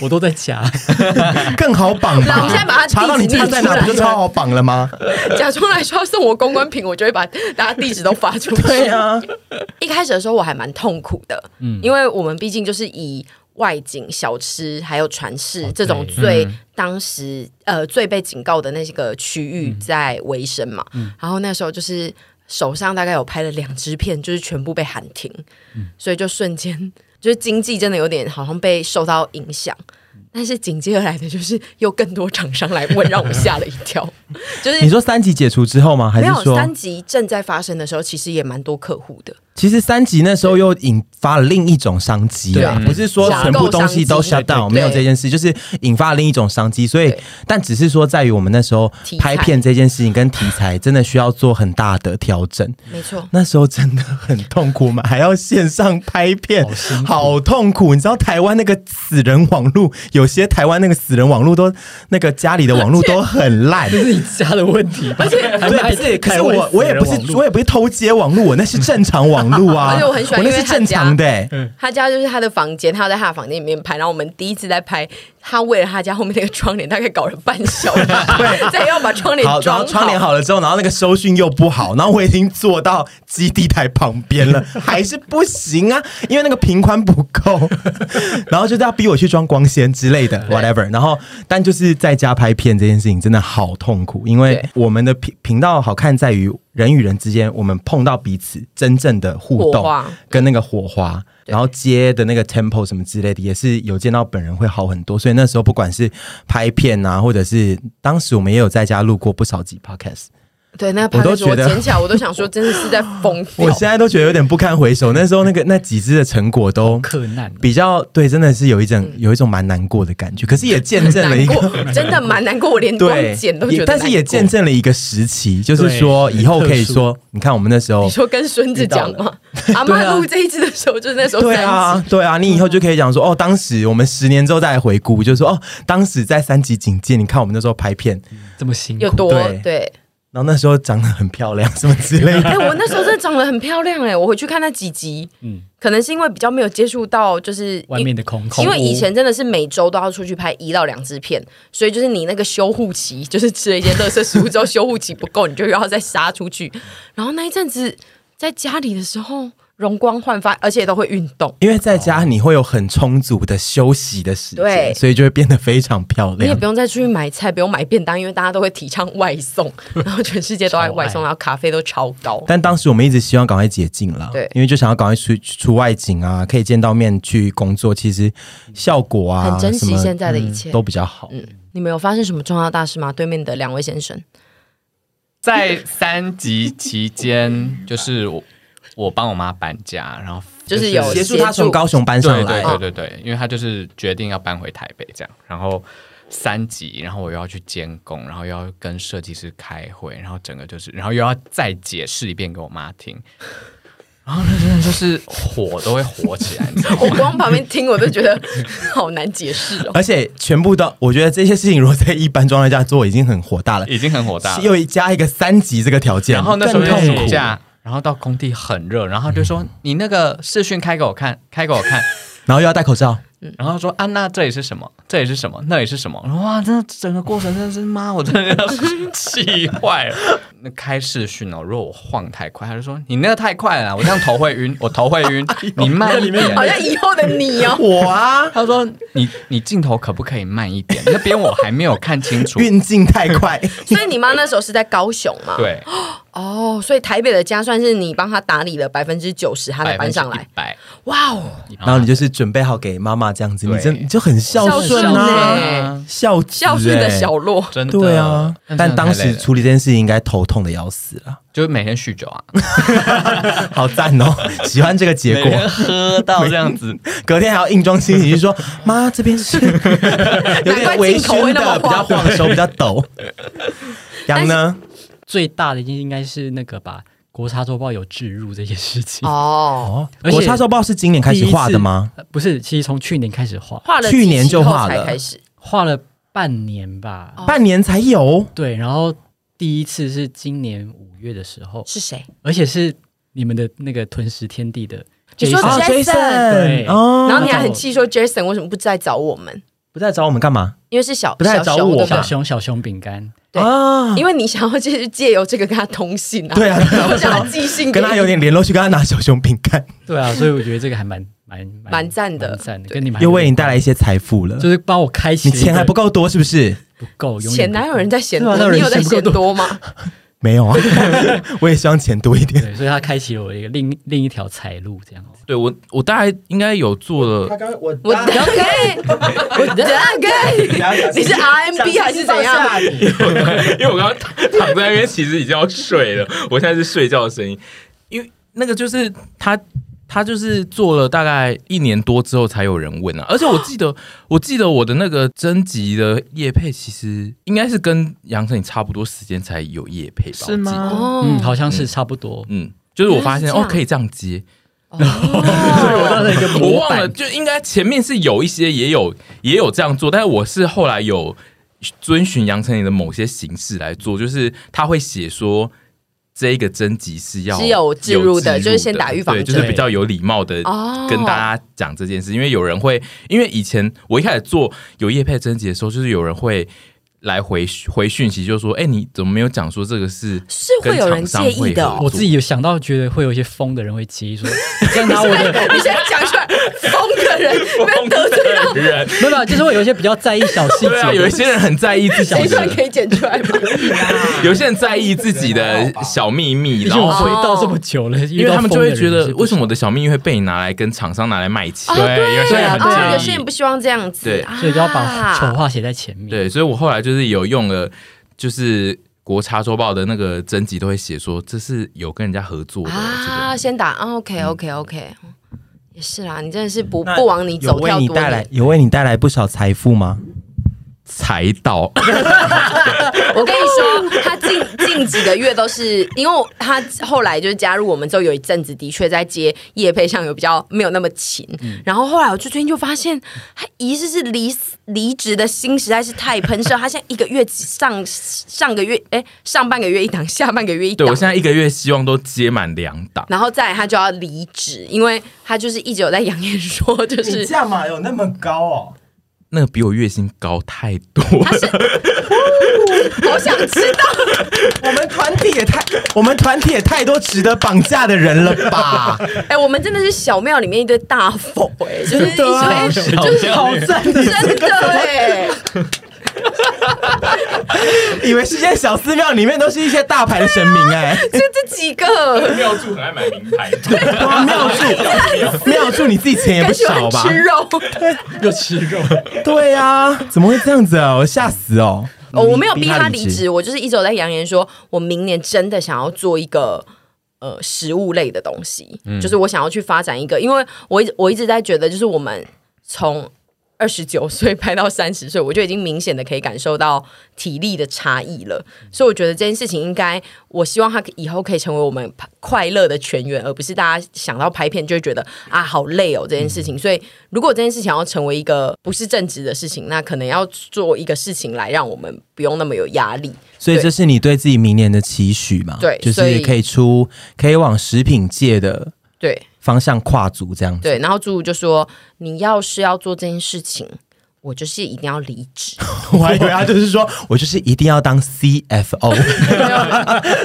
S4: 我都在家，
S1: 更好绑吧？
S2: 那我们现在把它
S1: 查到你
S2: 地址
S1: 家在
S2: 念出
S1: 哪，
S2: 来
S1: 不就超好绑了 吗？
S2: 恭喜！假装来说要送我公关品，我就会把大家地址都发出 去。
S1: 对啊，
S2: 一开始的时候我还蛮痛苦的，因为我们毕竟就是以外景、小吃还有传世
S4: 哦
S2: 这种
S4: 对
S2: 最
S3: 嗯
S2: 当时呃最被警告的那些个区域在维生嘛，然后那时候就是手上大概有拍了两支片，就是全部被喊停，所以就瞬间 就是经济真的有点好像被受到影响。但是紧接而来的就是又更多厂商来问，让我吓了一跳。就是
S1: 你说三级解除之后吗？还
S2: 没
S1: 是
S2: 有
S1: 说
S2: 三级正在发生的时候，其实也蛮多客户的。
S1: 其实三级那时候又引发了另一种商机
S4: 对
S1: 啊，
S4: 嗯
S1: 不是说全部东西都
S2: 抢
S1: shut
S2: 购商
S1: down，
S2: 机
S1: 没有这件事，就是引发了另一种商机。所以
S2: 对，
S1: 但只是说在于我们那时候
S2: 题材
S1: 拍片这件事情跟题材真的需要做很大的调整。
S2: 没错，
S1: 那时候真的很痛苦，我们还要线上拍片
S4: 好辛，苦
S1: 好痛苦。你知道台湾那个死人网络，有些台湾那个死人网络都那个家里的网络都很烂，
S4: 这是你家的问题吧。而且
S1: 对，不是，可是我我也不是我也不是偷接网络，我那是正常网络 啊。
S2: 哎而且我很喜嗯欢
S1: 那
S2: 因为
S1: 是
S2: 他
S1: 正常的、欸。
S2: 他家就是他的房间，他要在他的房间里面拍。然后我们第一次在拍，他为了他家后面那个窗帘，大概搞了半小时， 对，再要把窗帘
S1: 好，然
S2: 装
S1: 后窗帘好了之后，然后那个收讯又不好，然后我已经坐到基地台旁边了，还是不行啊，因为那个频宽不够， 然后就是要逼我去装光纤之类的，whatever。然后，但就是在家拍片这件事情真的好痛苦，因为
S2: 对
S1: 我们的频频道好看在于人与人之间，我们碰到彼此真正的互
S2: 火
S1: 动
S2: 花
S1: 跟那个火花。
S2: 对
S1: 然后接的那个 tempo 什么之类的，也是有见到本人会好很多。所以那时候不管是拍片啊，或者是当时我们也有在家录过不少集 podcast，
S2: 对，那
S1: 我
S2: 拍
S1: 都
S2: 的时候我
S1: 觉得
S2: 捡起来，我都想说，真的是在疯
S1: 我
S2: 掉。
S1: 现在都觉得有点不堪回首。那时候那个那几支的成果都
S4: 克难，
S2: 啊
S1: 比较对，真的是有一种有一种蛮难过的感觉，可是也见证了一
S2: 嗯难
S1: 个。
S2: 过， 真的蛮难过，我连光
S1: 对
S2: 剪都
S1: 也
S2: 觉得，
S1: 但是也见。证了一个时期，就是说
S4: 对
S1: 以后可以说，你看我们那时候
S2: 你，说跟孙子讲吗？阿
S4: 对
S2: 妈
S4: 啊
S2: 录这一支的时候，就是那时候
S1: 对
S2: 三
S1: 啊
S2: 级，，
S1: 对啊，你以后就可以讲说，哦，当时我们十年之后再来回顾，就说哦，当时在三级警戒，你看我们那时候拍片，
S4: 这么辛
S2: 有
S4: 苦，
S2: 多
S1: 对
S2: 对。
S1: 然后那时候长得很漂亮，什么之类的。
S2: 哎，我那时候真的长得很漂亮哎，我回去看那几集，
S4: 嗯，
S2: 可能是因为比较没有接触到，就是
S4: 外面的空气，
S2: 因为以前真的是每周都要出去拍一到两支片，所以就是你那个修护期，就是吃了一些垃圾食物之后修护期不够，你就又要再杀出去。 然后那一阵子在家里的时候容光焕发，而且都会运动，
S1: 因为在家你会有很充足的休息的时
S2: 对
S1: 间，所以就会变得非常漂
S4: 啊
S2: 你也
S1: 亮
S2: 不。用再出去买菜，不用买便当，因为大家都会提倡外 送，然后全世界都在外送，然后咖啡都超高。
S1: 但当时我们一直希望赶快解禁啦，
S2: 对
S1: 因为就想要赶快出出外景啊，可以见到面去工作，其实效果啊，
S2: 很珍惜
S1: 什么
S2: 现在嗯的一
S4: 嗯
S2: 切
S1: 都比较好。
S2: 你们有发生什么重要大事吗？对面的两位先生，
S6: 在三级期间，就是我我帮我妈搬家，然后
S2: 就是有
S1: 协助他从高雄搬上
S6: 对对
S1: 来。哦
S6: 对对对，因为他就是决定要搬回台北这样，然后三级，然后我又要去监工，然后又要跟设计师开会，然后整个就是，然后又要再解释一遍给我妈 听，然后那真的就是火都会火起来，你 知道吗？
S2: 我光旁边听我都觉得 好难解释哦。
S1: 而且全部都，我觉得这些事情如果在一般状态下做，已经很火大了，
S6: 已经很火大了，
S1: 又加一个三级这个条件，
S6: 然后那时候
S1: 更
S6: 又
S1: 痛
S6: 暑
S1: 苦。
S6: 假，然后到工地很热，然后他就说、你那个视讯开给我看，开给我看，
S1: 然后又要戴口罩，
S6: 然后说啊，那这里是什么？这里是什么？那里是什么？哇，真的整个过程真的是妈，我真的要 气坏了。那开视讯哦，如果我晃太快，他就说你那个太快了，我这样头会晕，我头会晕，你慢一点。
S2: 好像以后的 你哦，
S1: 我 啊，
S6: 他说你你镜头可不可以慢一点？那边我还没有看清楚。
S1: 运镜太 快，
S2: 所以你妈那时候是在高雄嘛？。
S6: 对，
S2: 哦，所以台北的家算是你帮她打理了百分之九十，她才搬
S6: 百分之
S2: 上
S6: 一
S2: 来。
S6: 百，
S2: 哇哦，
S1: 然后你就是准备好给妈妈这样子，
S6: 对
S1: 你真你就很孝顺啊，孝子
S2: 孝顺的小洛，
S6: 真的
S1: 对啊，但当时
S6: 出
S1: 处理这件事情应该头痛的要死了，
S6: 就是每天酗酒啊，
S1: 好赞哦，喜欢这个结
S6: 每天
S1: 果。
S6: 喝到这样 子，
S1: 隔天还要硬装清醒，就 说妈这边是有
S2: 难怪
S1: 点微
S2: 镜头
S1: 醺
S2: 会那么
S1: 的，
S2: 晃
S1: 比较晃手，比较 抖。杨呢？
S4: 最大的应该是那个吧，《国差周报》有置入这件事情，
S2: 哦，
S1: 哦，
S4: 而且
S1: 国差周报是今年开始画的吗？
S4: 呃不是，其实从去年开始画，
S2: 画了
S1: 去
S2: 几
S1: 年
S2: 期
S1: 就
S2: 后
S1: 画
S2: 才
S1: 了
S2: 开始，
S4: 画了半年吧。
S2: 哦
S1: 半年才有，
S4: 对，然后第一次是今年五月的时候，
S2: 是谁？
S4: 而且是你们的那个吞食天地的 Jason，
S2: 你说
S1: 哦
S2: Jason
S4: 对
S1: 哦，
S2: 然后你还很气说 Jason 为什么不再找我们？
S1: 不再找我们干嘛
S2: 因为是小
S1: 不太找
S2: 小熊
S1: 我
S2: 的
S1: 吧
S4: 小
S2: 嘛，
S4: 熊小熊饼干，
S2: 对
S1: 啊？
S2: 因为你想要借借由这个跟他通信啊，
S1: 对啊，对啊
S2: 我想要寄信给
S1: 跟他有点联络，去跟他拿小熊饼干，
S4: 对 啊，所以我觉得这个还蛮蛮
S2: 蛮赞的
S4: 蛮赞的，跟你们还
S1: 又
S4: 有
S1: 为
S4: 点
S1: 你带来一些财富了。
S4: 就是帮我开启
S1: 你
S4: 一个，
S1: 钱还不够多是不是？
S4: 不够，永远
S2: 前
S4: 不够
S2: 男友人在嫌
S4: 对啊
S2: 多，
S4: 那有
S2: 你
S4: 人
S2: 有在
S4: 嫌
S2: 嫌
S4: 不够多
S2: 多吗？
S1: 没 有啊，我也希望钱多一点。
S4: 对，所以他开启了我一个另另一条财路，这样子。
S3: 对我，我大概应该有做了，
S1: 刚我
S2: 我大概，我大概， 你是 RMB 还是怎样？
S3: 因为我刚刚躺躺在那边，其实已经要睡了，我现在是睡觉的声音，因为那个就是他。他就是做了大概一年多之后才有人问啊，而且我记得，我记得我的那个征集的叶配，其实应该是跟杨丞琳差不多时间才有叶配吧？
S6: 是吗
S3: 我记得
S2: 哦
S4: 嗯，好像是差不多。
S3: 嗯，就是我发
S2: 原来
S3: 现
S2: 是这
S3: 哦
S2: 样，
S3: 可以这样接，
S2: 哦
S4: 我当成一个
S3: 我
S4: 模
S3: 忘了，
S4: 板，
S3: 就应该前面是有一些也有也有这样做，但是我是后来有遵循杨丞琳的某些形式来做，就是他会写说。这一个征集是要
S2: 是有置入的
S3: 有置
S2: 就是先打预防
S3: 对
S2: 针
S3: 就是比较有礼貌的
S2: 哦
S3: 跟大家讲这件事，因为有人会，因为以前我一开始做有叶配征集的时候，就是有人会来回回讯息，就说：“哎、你怎么没有讲说这个是
S2: 是会有人介意的哦
S4: 我自己有想到，觉得会有一些疯的人会介意说，这样拿我的，
S2: 你现在讲出来，疯的人不要得罪
S3: 的人？
S4: 没有没有，就是会有一些比较在意小细
S3: 对啊，有一
S4: 节。
S3: 些人很在意自己
S2: 这一
S3: 的
S2: 段，可以剪出来吗？
S3: 有些人在意自己的小秘密，
S4: 毕
S3: 然
S4: 竟我
S3: 后
S4: 回
S3: 会。
S4: 到这么久了，因
S3: 哦因为他们就会觉得，为什
S4: 么？
S3: 么我的小秘密会被拿来跟厂商拿来卖钱？
S2: 啊
S6: 对有些人很
S2: 啊，
S6: 介意
S2: 有些人不希望这样子
S3: 对，
S2: 啊
S4: 所以就要把丑话写在前面。，
S3: 对，所以我后来就是有用了，就是国差周报的那个征集都会写说，这是有跟人家合作的。
S2: 啊，
S3: 这个
S2: 先打啊，OK OK OK，也是啦，你真的是不
S1: 那
S2: 不往你
S1: 有
S2: 走
S1: 为
S2: 跳
S1: 你
S2: 多
S1: 带来
S2: 年。
S1: 有为你带来不少财富吗？
S3: 财到
S2: 我跟你说，他近近几个月都是，因为他后来就是加入我们之后，有一阵子的确在接业配上有比较没有那么勤，
S3: 嗯
S2: 然后后来我就最近就发现，他疑似是离离职的心实在是太喷射，他现在一个月只上上个月哎上半个月一档，下半个月一
S3: 对
S2: 档
S3: 我，现在一个月希望都接满两 档。
S2: 然后再来他就要离职，因为他就是一直有在扬言说，就是
S1: 价码有那么高哦？
S3: 那个比我月薪高太多
S2: 他 是，好想知道，
S1: 我们团体也太，我们团体也太多值得绑架的人了吧？
S2: 哎、我们真的是小庙里面一堆大佛、哎，就是一堆，就是
S1: 好赞！
S2: 真的哎、
S1: 以为是些小寺庙里面都是一些大牌的神明哎、
S2: 就这几 个，
S3: 妙祝很爱买名 牌，
S1: 哇妙祝，啊妙祝你自己钱也
S2: 感
S1: 不
S2: 觉很
S1: 少吧？
S2: 吃肉。
S4: 又吃肉。
S1: 对啊，怎么会这样子啊？我吓死哦！
S2: 哦，我没有逼
S1: 他
S2: 他离职，我就是一直有在扬言说，我明年真的想要做一个呃食物类的东西，就是我想要去发展一个，因为我一直我一直在觉得，就是我们从二十九 岁拍到三十岁，我就已经明显的可以感受到体力的差异了，所以我觉得这件事情应该，我希望它以后可以成为我们快乐的泉源，而不是大家想到拍片就会觉得啊好累哦这件事情。所以如果这件事情要成为一个不是正职的事情，那可能要做一个事情来让我们不用那么有压力。
S1: 所以这是你对自己明年的期许嘛？
S2: 对
S1: 就
S2: 所
S1: 是
S2: 以
S1: 可以出，可以往食品界的
S2: 对，
S1: 方向跨足这样子。
S2: 对，然后朱如就说：“你要是要做这件事情，我就是一定要离职。
S1: 我还以为他就是说我就是一定要当 CFO，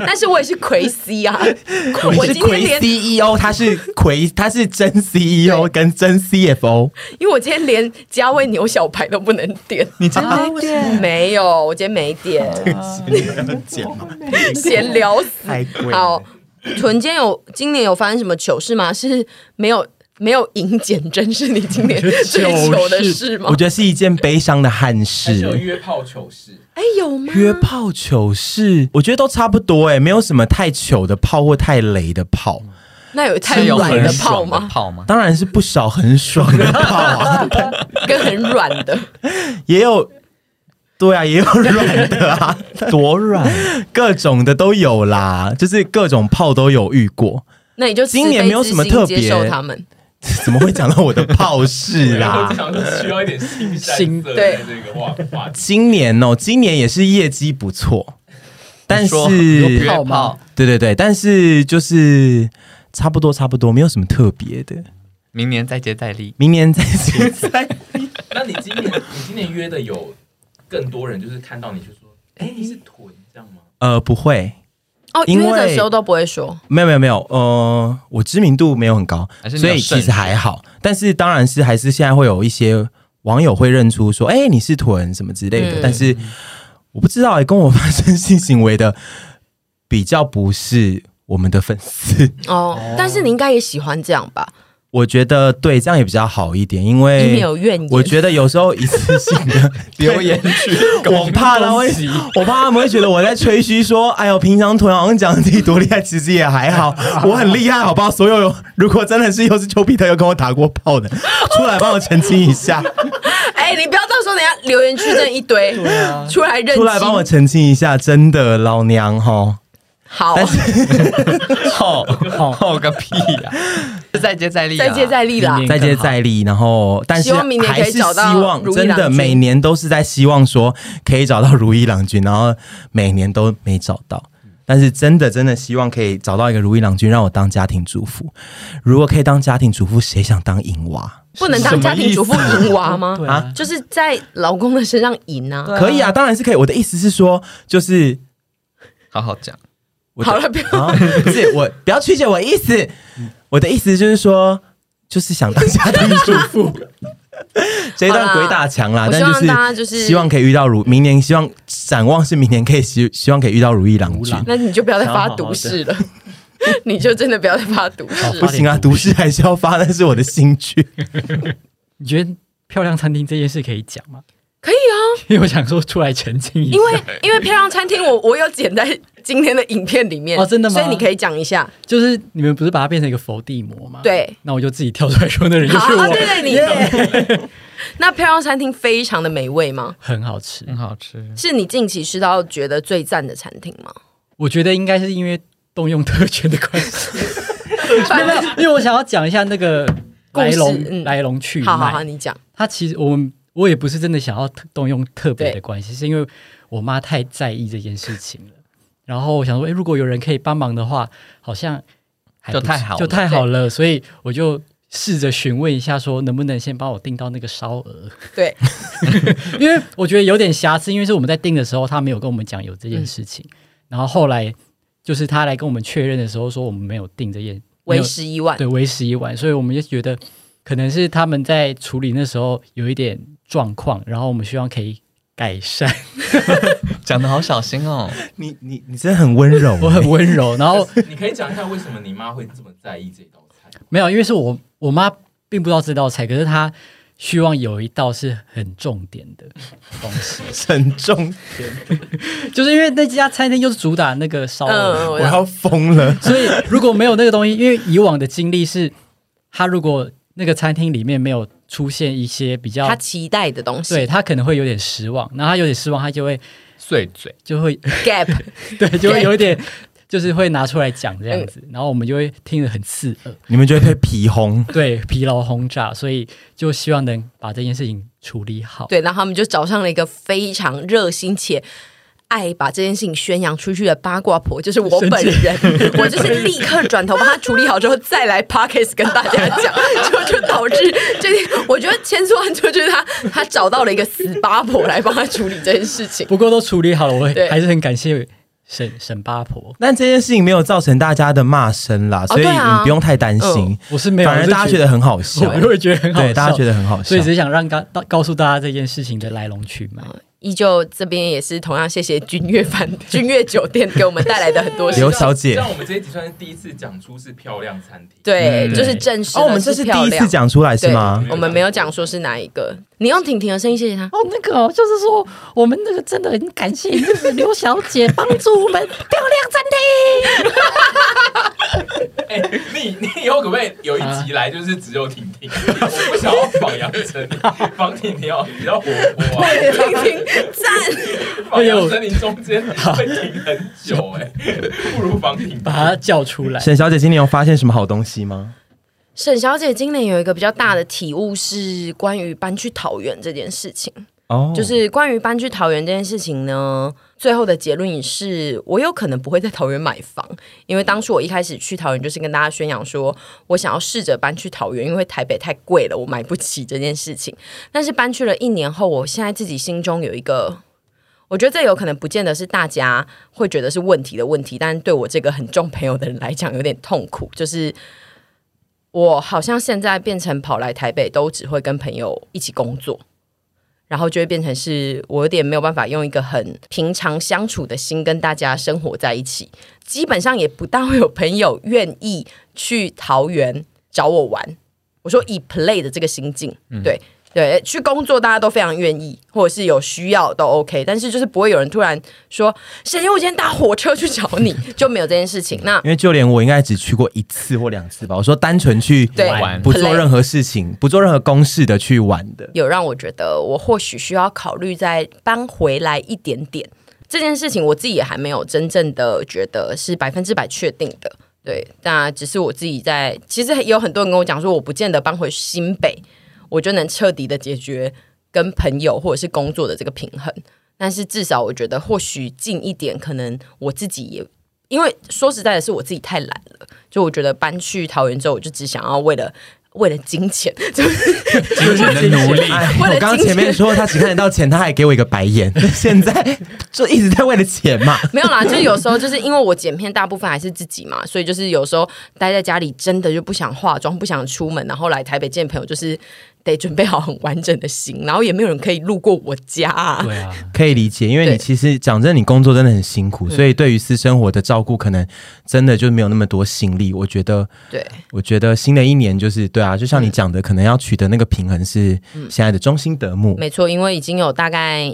S2: 但是我也是魁 C 啊，
S1: 你
S2: 我
S1: 是
S2: 今天
S1: 魁
S2: 连
S1: CEO，他是魁，他是真 CEO
S2: 对
S1: 跟真 CFO。
S2: 因为我今天连加味牛小排都不能点，你今天没点？没有，我今天没点，闲聊死。
S1: 太贵了
S2: 好，纯今有今年有发生什么糗事吗？是没有没有赢减真是你今年最糗的事吗
S1: 我？觉得是一件悲伤的憾事。
S3: 约炮糗事，
S2: 哎，有吗？
S1: 约炮糗事，我觉得都差不多哎、没有什么太糗的炮或太雷的炮，
S2: 那有太
S6: 是有
S2: 软
S6: 很
S2: 的泡
S6: 爽的
S2: 吗？
S6: 泡吗？
S1: 当然是不少很爽的炮啊，
S2: 跟很软的，
S1: 也有，对啊，也有软的啊，
S4: 多软，
S1: 各种的都有啦，就是各种炮都有遇过。
S2: 那你就
S1: 今年
S2: 慈悲
S1: 没有
S2: 之
S1: 什么
S2: 心
S1: 特
S2: 接受
S1: 别
S2: 他们。
S1: 怎么会讲到我的炮事啦？
S3: 需要一点新
S4: 新
S3: 色
S2: 对
S3: 这个话话题。
S1: 今年哦，今年也是业绩不错，但是
S6: 说
S4: 约炮吗？
S1: 对对对，但是就是差不多差不多，没有什么特别的。
S6: 明年再接再厉。
S1: 明年再接再
S3: 那你今年你今年约的有更多人，就是看到你就说，哎，你是臀这样吗？
S1: 呃不会，
S2: 哦，
S1: 因
S2: 约的
S1: 为
S2: 时候都不会说，
S1: 没有没有没有，呃，我知名度没有很高
S6: 还，是你
S1: 所
S6: 有
S1: 以其
S6: 慎
S1: 实
S6: 选
S1: 还好。但是当然是还是现在会有一些网友会认出说，哎、你是臀什么之类的，
S2: 嗯
S1: 但是我不知道、哎，跟我发生性行为的比较不是我们的粉丝。
S2: 哦，但是你应该也喜欢这样吧？
S1: 我觉得对，这样也比较好一点，因
S2: 以免
S1: 为
S2: 有怨言。
S1: 我觉得有时候一次性的
S6: 留言区，
S1: 我怕他会，我怕他们会觉得我在吹嘘说，哎呦，平常臀好像讲自己多厉害，其实也还好，我很厉害，好不好？所有有如果真的是又是丘比特又跟我打过炮的，出来帮我澄清一 下，
S2: 哎、你不要到时候等下留言区这一堆，出来认
S1: 啊出来帮我
S2: 亲。
S1: 澄清一下，真的老娘
S6: 哦
S1: 哈，
S2: 好，
S1: 但是
S6: 好 好个屁呀！再接再厉， 啊
S2: 再接再厉啊啦
S4: 明。年
S1: 再接再厉，然后但是
S2: 希望明年可以
S1: 还是希
S2: 找到
S1: 望
S2: 如意
S1: 真
S2: 郎
S1: 的
S2: 君
S1: 每年都是在希望说可以找到如意郎君，然后每年都没找到。但是真的真的希望可以找到一个如意郎君，让我当家庭主妇。如果可以当家庭主妇，谁想当淫娃？
S2: 不能当家庭主妇淫娃吗？
S4: 对啊，
S2: 就是在老公的身上淫啊。
S1: 可以啊，当然是可以。我的意思是说，就是
S6: 好好讲。
S1: 我的
S2: 好了，不要。
S1: 啊， 不是我不要曲解我意思。我的意思就是说，就是想当家 庭主妇。这一段
S2: 好
S1: 鬼
S2: 啦
S1: 打墙啦，
S2: 我
S1: 但
S2: 希望
S1: 就是
S2: 大家就是
S1: 希望可以遇到如明年，希望展望是明年可以希希望可以遇到如意郎
S4: 如
S1: 君
S4: 朗。
S2: 那你就不要再发毒誓了， 你就真的不要再发毒誓
S1: 不
S2: 了。
S1: 行啊，毒誓还是要发，那是我的兴趣。
S4: 你觉得漂亮餐厅这件事可以讲吗？
S2: 可以啊，
S4: 因为我想说出来澄清一下
S2: 因，为因为漂亮餐厅我，我有剪在今天的影片里面
S4: 哦真的吗
S2: 所以你可以讲一下，
S4: 就是你们不是把它变成一个伏地魔吗？，
S2: 对，
S4: 那我就自己跳出来说那人就
S2: 好
S4: 是
S2: 啊，
S4: 我，
S2: 对对，你。 那漂亮餐厅非常的美味吗？
S4: 很好吃。
S6: 很嗯好吃，
S2: 是你近期吃到觉得最赞的餐厅吗？
S4: 我觉得应该是因为动用特权的关系，
S2: 没有没有，
S4: 因为我想要讲一下那个
S2: 故
S4: 来
S2: 事
S4: 龙、
S2: 嗯
S4: 来龙去脉。
S2: 好好好，你讲。
S4: 他其实我们我也不是真的想要特动用特别的
S2: 对
S4: 关系，是因为我妈太在意这件事情了。然后我想说，诶，如果有人可以帮忙的话，好像还不
S6: 就太好了
S4: 就太好了。所以我就试着询问一下，说能不能先帮我订到那个烧鹅，
S2: 对，
S4: 因为我觉得有点瑕疵，因为是我们在订的时候，他没有跟我们讲有这件事
S2: 嗯
S4: 情。然后后来就是他来跟我们确认的时候，说我们没有订这件，没
S2: 为
S4: 有
S2: 时已晚。
S4: 对，为时已晚，所以我们就觉得可能是他们在处理那时候有一点状况，然后我们希望可以改善。
S6: 讲的好小心 哦。
S1: 你你你真的很温柔、
S4: 我 很温柔，然后
S3: 你可以讲一下为什么你妈会这么在意这道菜？
S4: 没有，因为是我我妈并不知道这道菜，可是她希望有一道是很重点的东西，
S1: 沉重，
S4: 就是因为那家餐厅又是主打那个烧鹅，
S2: 嗯，
S1: 我
S2: 我
S1: 要疯了。
S4: 所以如果没有那个东西，因为以往的经历是，他如果那个餐厅里面没有出现一些比较
S2: 他，期待的东西
S4: 对他可能会有点失望，然后他有点失望，他就会
S6: 碎嘴，
S4: 就会
S2: ，gap，
S4: 对，就会有一点。就是会拿出来讲这样子，
S2: 嗯
S4: 然后我们就会听得很刺耳，
S1: 你们就会被皮轰，
S4: 对疲劳轰炸，所以就希望能把这件事情处理好。
S2: 对，然后他们就找上了一个非常热心且。爱把这件事情宣扬出去的八卦婆就是我本人， 我就是立刻转头把它处理好之后再来 Parkes 跟大家讲，就就导致这件，我觉得千错万错就是他他找到了一个死八婆来帮他处理这件事情。
S4: 不过都处理好了，我
S2: 对
S4: 还是很感谢沈沈八婆。
S1: 但这件事情没有造成大家的骂声啦，所以
S2: 对啊
S1: 你不用太担心。
S4: 我是没有，
S1: 反而
S4: 我是
S1: 大家觉得很好笑，
S4: 我会觉得很好笑，
S1: 对，大家觉得很好笑
S4: 所以。只想让大大告诉大家这件事情的来龙去脉。
S2: 依旧这边也是同样谢谢君悦饭君悦酒店给我们带来的很多事
S1: 刘。小姐，
S3: 像我们这一集算是第一次讲出是漂亮餐厅，
S2: 对，
S4: 嗯
S2: 就是正式。
S1: 哦，我们这是第
S2: 漂
S1: 一
S2: 亮
S1: 次讲出来是吗
S2: 对？我们没有讲说是哪一个。你用婷婷的声音谢谢他。
S5: 哦，那个哦就是说，我们那个真的很感谢，就是刘小姐帮助我们漂亮餐厅。
S3: 哎、你你以后可不可以有一集来就是只有婷婷？我不想要仿杨丞 琳，仿婷婷要比较活泼啊。
S2: 婷婷赞，
S3: 仿杨丞琳中间会停很久、哎，不如仿婷婷。
S4: 把它叫出来，
S1: 沈小姐今年有发现什么好东西吗？
S2: 沈小姐今年有一个比较大的体悟是关于搬去桃园这件事情。
S1: 哦，
S2: 就是关于搬去桃园这件事情呢，最后的结论也是我有可能不会在桃园买房，因为当初我一开始去桃园就是跟大家宣扬说我想要试着搬去桃园，因为台北太贵了，我买不起这件事情。但是搬去了一年后，我现在自己心中有一个。我觉得这有可能不见得是大家会觉得是问题的问题，但是对我这个很重朋友的人来讲有点痛苦。就是我好像现在变成跑来台北都只会跟朋友一起工作，然后就会变成是我有点没有办法用一个很平常相处的心跟大家生活在一起，基本上也不大会有朋友愿意去桃园找我玩。我说以 play 的这个心境，对对，去工作大家都非常愿意，或者是有需要都 OK，但是就是不会有人突然说谁我今天搭火车去找你，就没有这件事情。那
S1: 因为就连我应该只去过一次或两次吧。我说单纯去
S2: 对
S1: 玩，不做任何事情，不做任何公事的去玩的。
S2: 有让我觉得我或许需要考虑再搬回来一点点这件事情，我自己也还没有真正的觉得是百分之百确定的。对，那只是我自己在，其实有很多人跟我讲说，我不见得搬回新北，我就能彻底的解决跟朋友或者是工作的这个平衡。但是至少我觉得，或许近一点，可能我自己也，因为说实在的，是我自己太懒了。就我觉得搬去桃园之后，我就只想要为了为了金钱，
S6: 金钱的 奴隶，
S1: 哎，
S2: 为了
S1: 我刚刚
S2: 金
S1: 前面
S2: 钱
S1: 说他只看得到钱，他还给我一个白 眼。现在就一直在为了钱嘛。
S2: 没有啦，就是有时候就是因为我剪片大部分还是自己嘛，所以就是有时候待在家里真的就不想化妆，不想出门，然后来台北见朋友，就是得准备好很完整的行，然后也没有人可以路过我家、啊。
S4: 对啊，
S1: 可以理解，因为你
S2: 对嗯
S1: 其实讲真，你工作真的很辛苦，所以对于私生活的照顾，可能真的就没有那么多心力。我觉得，
S2: 对，
S1: 我觉得新的一年就是对
S2: 嗯
S1: 啊，就像你讲的，可能要取得那个平衡是现在的中心得 目。
S2: 没错，因为已经有大概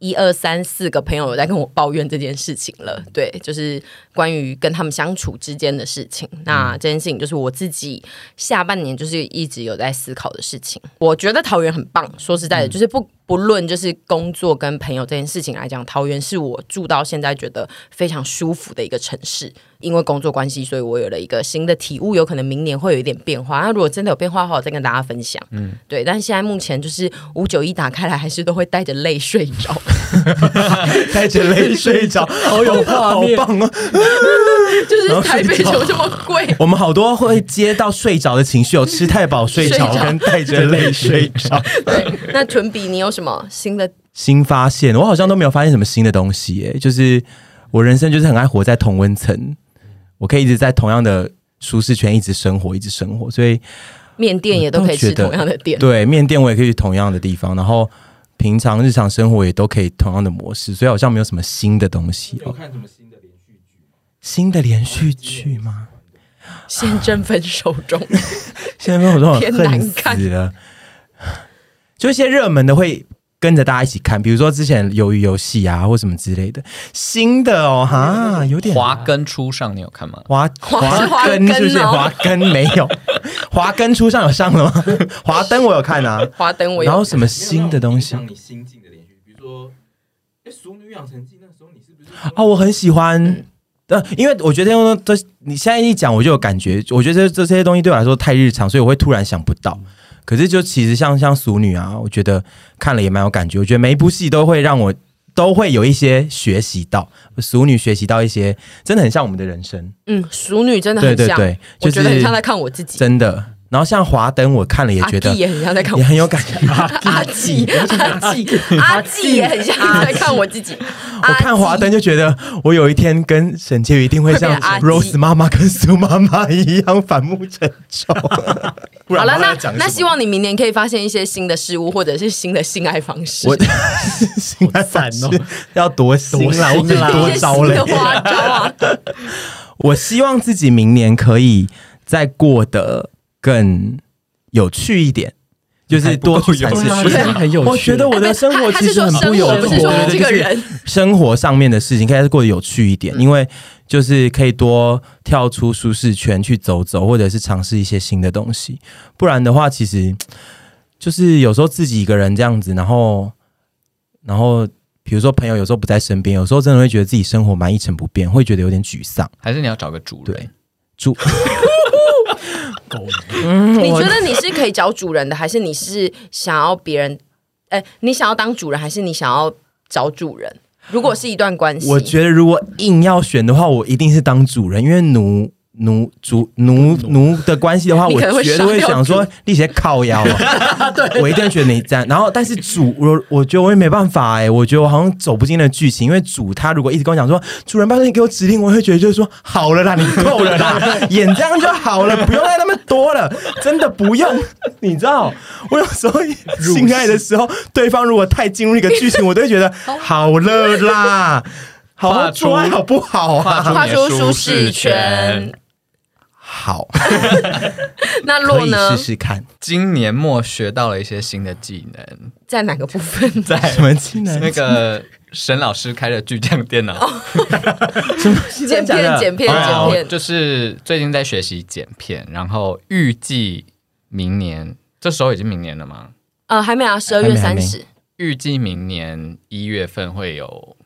S2: 一二三四个朋友有在跟我抱怨这件事情了。对，就是关于跟他们相处之间的事情。那这件事情就是我自己下半年就是一直有在思考的事情。我觉得桃园很棒，说实在的，就是不不论就是工作跟朋友这件事情来讲，桃园是我住到现在觉得非常舒服的一个城市。因为工作关系，所以我有了一个新的体悟，有可能明年会有一点变化。那如果真的有变化的话，我再跟大家分享。嗯，对。但现在目前就是五九一打开来，还是都会带着泪睡着。
S1: 带着泪睡 着，好有
S4: 画面
S1: 好棒哦！
S2: 就是台北怎么这么 贵？
S1: 我们好多会接到睡着的情绪，有吃太饱睡着
S2: 睡，着
S1: 跟带着泪睡 着。
S2: 对，那纯比你有什么新的？
S1: 新发现，我好像都没有发现什么新的东西耶、就是我人生就是很爱活在同温层，我可以一直在同样的舒适圈一直生活，一直生活，所以。
S2: 面店也
S1: 嗯
S2: 都可以吃同样的店，
S1: 对，面店我也可以去同样的地方，然后平常日常生活也都可以同样的模式，所以好像没有什么新的东西哦。
S3: 看什么新的连续剧？
S1: 新的连续剧吗？
S2: 现正分手中。
S1: 现在我说我
S2: 偏难
S1: 恨
S2: 看
S1: 死了。就一些热门的会跟着大家一起看，比如说之前鱿鱼游戏啊或什么之类的，新的哦哈，有点
S6: 华根初上，你有看吗？
S1: 华
S2: 嗯华
S1: 华根
S2: 华根
S1: 是不是？
S2: 哦
S1: 华根没 有，华根初上有上了吗？华灯我有看啊，
S2: 华灯我
S1: 然后
S2: 有
S1: 什么新的东西
S3: 影响你心境的连续，比如说，哎，《熟女养成记》那时候你是不是
S1: 啊，我很喜
S2: 嗯
S1: 欢。呃，因为我觉得用这，你现在一讲我就有感觉，我觉得这这些东西对我来说太日常，所以我会突然想不到。可是就其实像像俗女啊，我觉得看了也蛮有感觉。我觉得每一部戏都会让我都会有一些学习到，俗女学习到一些真的很像我们的人生，
S2: 嗯，熟女真的
S1: 对
S2: 很
S1: 对
S2: 像，
S1: 对，就
S2: 我觉得很
S1: 是
S2: 像在看我自己。
S1: 真的。然后像华灯，我看了也
S2: 阿
S1: 觉
S2: 纪
S1: 得
S2: 也很像在看我
S1: 也很有感觉。
S2: 阿 纪，阿纪，阿纪也很像在看我自己。
S1: 我看华灯就觉得，我有一天跟沈婕妤一定会像
S2: 会变阿基
S1: Rose 妈妈跟苏妈妈一样反目成 仇。不
S2: 好
S1: 然
S2: 了，
S1: 她
S2: 那
S1: 在讲什么
S2: 那希望你明年可以发现一些新的事物，或者是新的性爱方式，
S1: 我 心爱
S4: 散哦
S1: 是 要多心
S4: 多
S1: 啦，
S4: 心
S1: 我可以
S4: 啦
S1: 多
S2: 一些
S1: 招
S2: 新
S1: 嘞
S2: 的。花招啊！
S1: 我希望自己明年可以再过得更有趣一点。就是多去尝试
S4: 还不够有趣
S1: 对
S4: 很有趣
S1: 我觉得我的生活
S2: 他他
S1: 其
S2: 是
S1: 实
S2: 说
S1: 很
S2: 生
S1: 不有
S2: 活，不
S1: 趣，
S2: 是说
S1: 我觉得就
S2: 这个
S1: 是
S2: 人。
S1: 生活上面的事情，可以还是过得有趣一
S2: 嗯
S1: 点，因为就是可以多跳出舒适圈去走走，或者是尝试一些新的东西。不然的话，其实就是有时候自己一个人这样子，然后然后比如说朋友有时候不在身边，有时候真的会觉得自己生活蛮一成不变，会觉得有点沮丧。
S6: 还是你要找个主
S1: 对
S6: 人？
S1: 主，嗯
S2: 你觉得你是可以找主人的，还是你是想要别人？哎，你想要当主人，还是你想要找主人？如 果是一段关系，
S1: 我觉得如果硬要选的话，我一定是当主人，因为奴。奴主奴奴的关系的话，
S2: 你
S1: 我
S2: 可能会
S1: 绝
S2: 杀
S1: 对会
S2: 掉
S1: 想说你些靠腰啊，我一定会觉得你这样。然后，但是主我我觉得我也没办法哎、我觉得我好像走不进那剧情，因为主他如果一直跟我讲说主人拜托你给我指令，我会觉得就是说好了啦，你够了啦，演这样就好了，不用再那么多了，真的不用。你知道，我有时候性爱的时候，对方如果太进入一个剧情，我都会觉得好了啦。好好做爱好不好啊？
S2: 跨
S6: 你的
S2: 出舒
S6: 舒
S2: 适
S6: 适
S2: 圈
S6: 圈。
S1: 好，
S2: 那
S1: 可
S2: 洛
S1: 以
S2: 呢
S1: 试？试看。
S6: 今年末学到了一些新的技能，
S2: 在哪个部分？
S6: 在
S1: 什么技能？
S6: 那个沈老师开的巨匠电脑，
S2: 剪
S1: 真的
S2: 片，
S1: 假的
S2: 剪片，
S1: 哦
S2: 剪片。
S6: 就是最近在学习剪片，然后预计明年，这时候已经明年了吗？
S2: 呃，还没啊，十二月
S1: 还没还
S2: 三
S1: 没
S2: 十。
S6: 预计明年一月份会有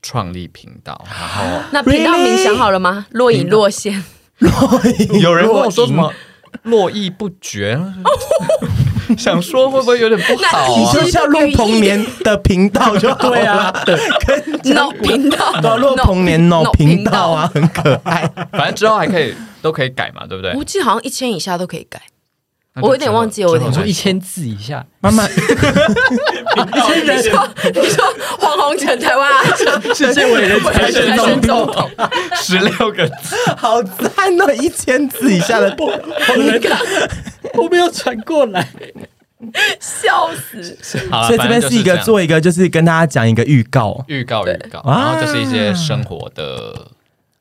S6: 创立频道，然后
S2: 那频道
S1: Really？
S2: 名想好了吗？若隐 若现。
S6: 有人跟我说什么络绎不 绝，想说会不会有点不好
S2: 哦
S1: 你
S6: 啊？
S1: 就像陆鹏年的频道就好
S4: 对
S1: 了
S4: 啊，对，
S2: No 频道
S1: 对啊，陆鹏年
S2: No
S1: no 频道啊，。很可爱。
S6: 反正之后还可以都可以改嘛，对不对
S2: 我？记得好像一千以下都可以改，
S6: 那就
S2: 我有点忘记，我有点
S4: 我
S2: 忘
S4: 说
S2: 记。
S4: 一千字以下，
S1: 妈妈，
S2: 你说你说黄宏成台湾阿成，
S4: 世界伟人
S2: 才是总 统，
S6: 十六个字，
S1: 好赞哦！一千字以下 的，
S4: 我没有传过来。
S2: 笑死！
S6: 好啦
S1: 所以这边是一个。
S6: 反正就是这样
S1: 做一个，就是跟大家讲一个预
S2: 哦
S1: 告。
S6: 预告预告，
S1: 哇
S6: 然后这是一些生活的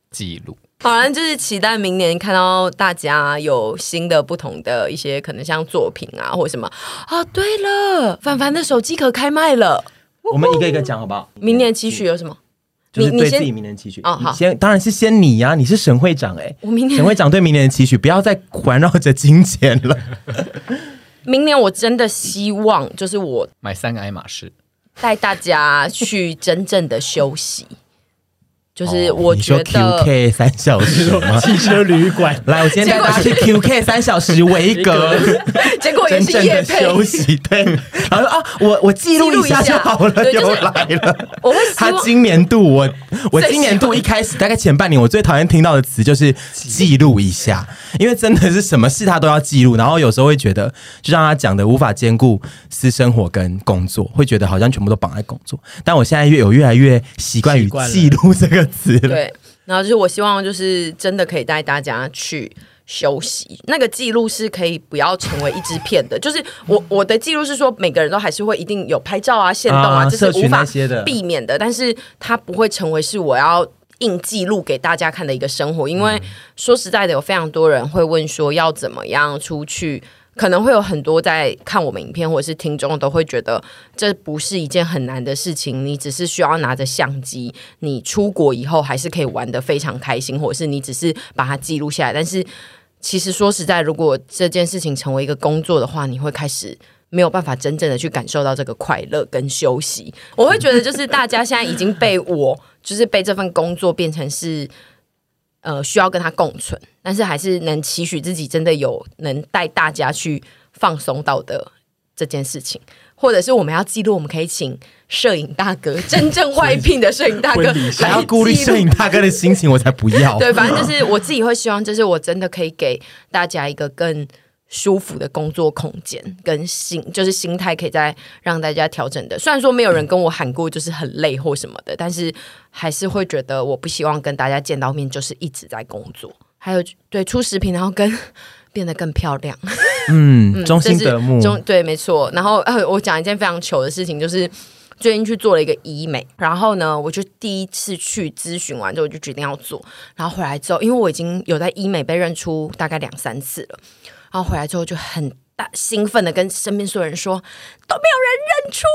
S6: 记录。
S2: 好了，就是期待明年看到大家有新的、不同的一些可能像作品啊，或什么啊。对了，凡凡的手机壳开卖了，
S1: 我们一个一个讲好不好？
S2: 明年期许有什么？
S1: 就是
S2: 你你
S1: 对
S2: 先
S1: 自己明年的期许。
S2: 哦好
S1: 先当然是先你呀、你是沈会长哎、
S2: 我明年
S1: 沈会长对明年的期许，不要再环绕着金钱了。
S2: 明年我真的希望，就是我
S6: 买三个爱马仕，
S2: 带大家去真正的休息，就是我
S1: 哦你
S2: 觉
S1: 说
S2: 得。
S1: QK 三小时 吗？
S4: 汽车旅馆
S1: 来，我今天带大家去 QK 三小时 维格，
S2: 结果也
S1: 真
S2: 是
S1: 正
S2: 夜
S1: 的
S2: 配，
S1: 休息。对，然后说啊，我我记录一下就好
S2: 记录
S1: 了，
S2: 一下对就是
S1: 又来了。
S2: 我会希
S1: 他
S2: 望
S1: 今年度 我我今年度一开始大概前半年，我最讨厌听到的词就是记录一下，因为真的是什么事他都要记录，然后有时候会觉得，就像他讲的，无法兼顾私生活跟工作，会觉得好像全部都绑在工作。但我现在越有越来越习惯于
S4: 习惯了
S1: 记录这个词了。
S2: 对，然后就是我希望就是真的可以带大家去休息，那个记录是可以不要成为一支片的，就是我我的记录是说每个人都还是会一定有拍照啊、现动
S1: 啊
S2: 啊，这是
S1: 社群
S2: 无法
S1: 那些的
S2: 避免的，但是它不会成为是我要。硬记录给大
S1: 嗯
S2: 家看的一个生活，因为说实在的，有非常多人会问说要怎么样出去可能会有很多在看我们影片或者是听众都会觉得这不是一件很难的事情，你只是需要拿着相机，你出国以后还是可以玩得非常开心，或者是你只是把它记录下来。但是其实说实在，如果这件事情成为一个工作的话，你会开始。没有办法真正的去感受到这个快乐跟休息，我会觉得就是大家现在已经被我，就是被这份工作变成是呃需要跟他共存，但是还是能期许自己真的有能带大家去放松到的这件事情，或者是我们要记录，我们可以请摄影大哥，真正外聘的摄影大哥
S4: 婚礼
S1: 还要
S2: 来
S1: 顾虑
S2: 记录
S1: 摄影大哥的心情，我才不要。
S2: 对，反正就是我自己会希望，就是我真的可以给大家一个更舒服的工作空间，跟心就是心态可以再让大家调整的。虽然说没有人跟我喊过就是很累或什么的，但是还是会觉得我不希望跟大家见到面就是一直在工作。还有对出食品，然后跟 变得更漂亮。
S1: 嗯，中心
S2: 这是
S1: 德目，
S2: 中对，没错。然后呃，我讲一件非常糗的事情，就是最近去做了一个医美，然后呢，我就第一次去咨询完之后，我就决定要做。然后回来之后，因为我已经有在医美被认出大概两三次了，然后回来之后就很大兴奋的跟身边所有人说，都没有人认出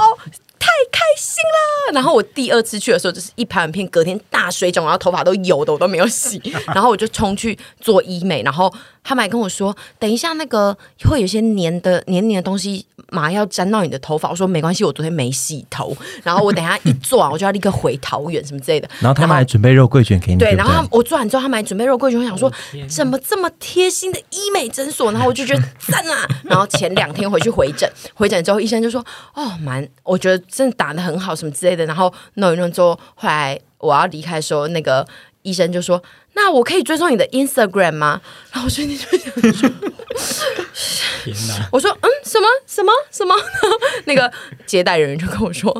S2: 我。太开心了！ 然后我第二次去的时候，就是一拍完片，隔天大水肿，然后头发都油的，我都没有洗。 然后我就冲去做医美，然后他们还跟我说，等一下那个会有一些黏的黏黏的东西，麻要沾到你的头发。我说没关系，我昨天没洗头。然后我等一下一做啊完，我就要立刻回桃园什么之类的。
S1: 然后他们还准备肉桂卷给你，
S2: 对，
S1: 对不
S2: 然
S1: 对，
S2: 后他们我做完之后，他们还准备肉桂卷，我想说怎么这么贴心的医美诊所，然后我就觉得赞啊！然后前两天回去回诊，回诊之后医生就说：“哦，蛮，我觉得真的打的很好，什么之类的。”然后弄一弄之后，后来我要离开的时候，那个医生就说：“那我可以追踪你的 Instagram 吗？”然后我瞬间就想说。
S4: 天哪，
S2: 我说嗯，什么什么什么？那个接待人员就跟我说，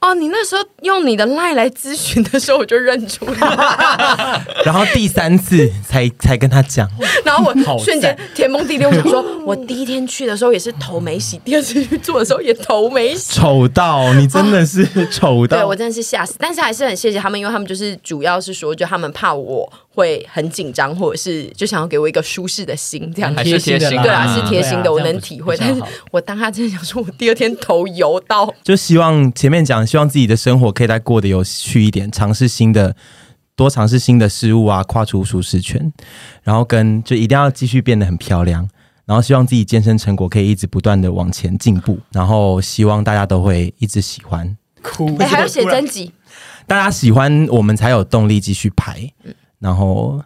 S2: 哦，你那时候用你的 line 来咨询的时候，我就认出来，
S1: 然后第三次才才跟他讲，
S2: 然后
S4: 好
S2: 我
S4: 赞
S2: 瞬间天崩地裂。我想说，我第一天去的时候也是头没洗，第二次去做的时候也头没洗。
S1: 丑到你真的是丑
S2: 对
S1: 到
S2: 我，真的是吓死，但是还是很谢谢他们，因为他们就是主要是说，就他们怕我会很紧张，或者是就想要给我一个舒适的心这样
S4: 哎
S6: 还
S2: 子。
S6: 是贴心的
S2: 对啊，是
S6: 嗯
S2: 贴心的，我能体会。但是我当下真的想说，我第二天头油到，
S1: 就希望前面讲，希望自己的生活可以再过得有趣一点，尝试新的，多尝试新的事物啊，跨出舒适圈，然后跟就一定要继续变得很漂亮，然后希望自己健身成果可以一直不断的往前进步，然后希望大家都会一直喜欢，
S4: 哭
S2: 哎，还要写真集。
S1: 大家喜欢我们才有动力继续拍，然后嗯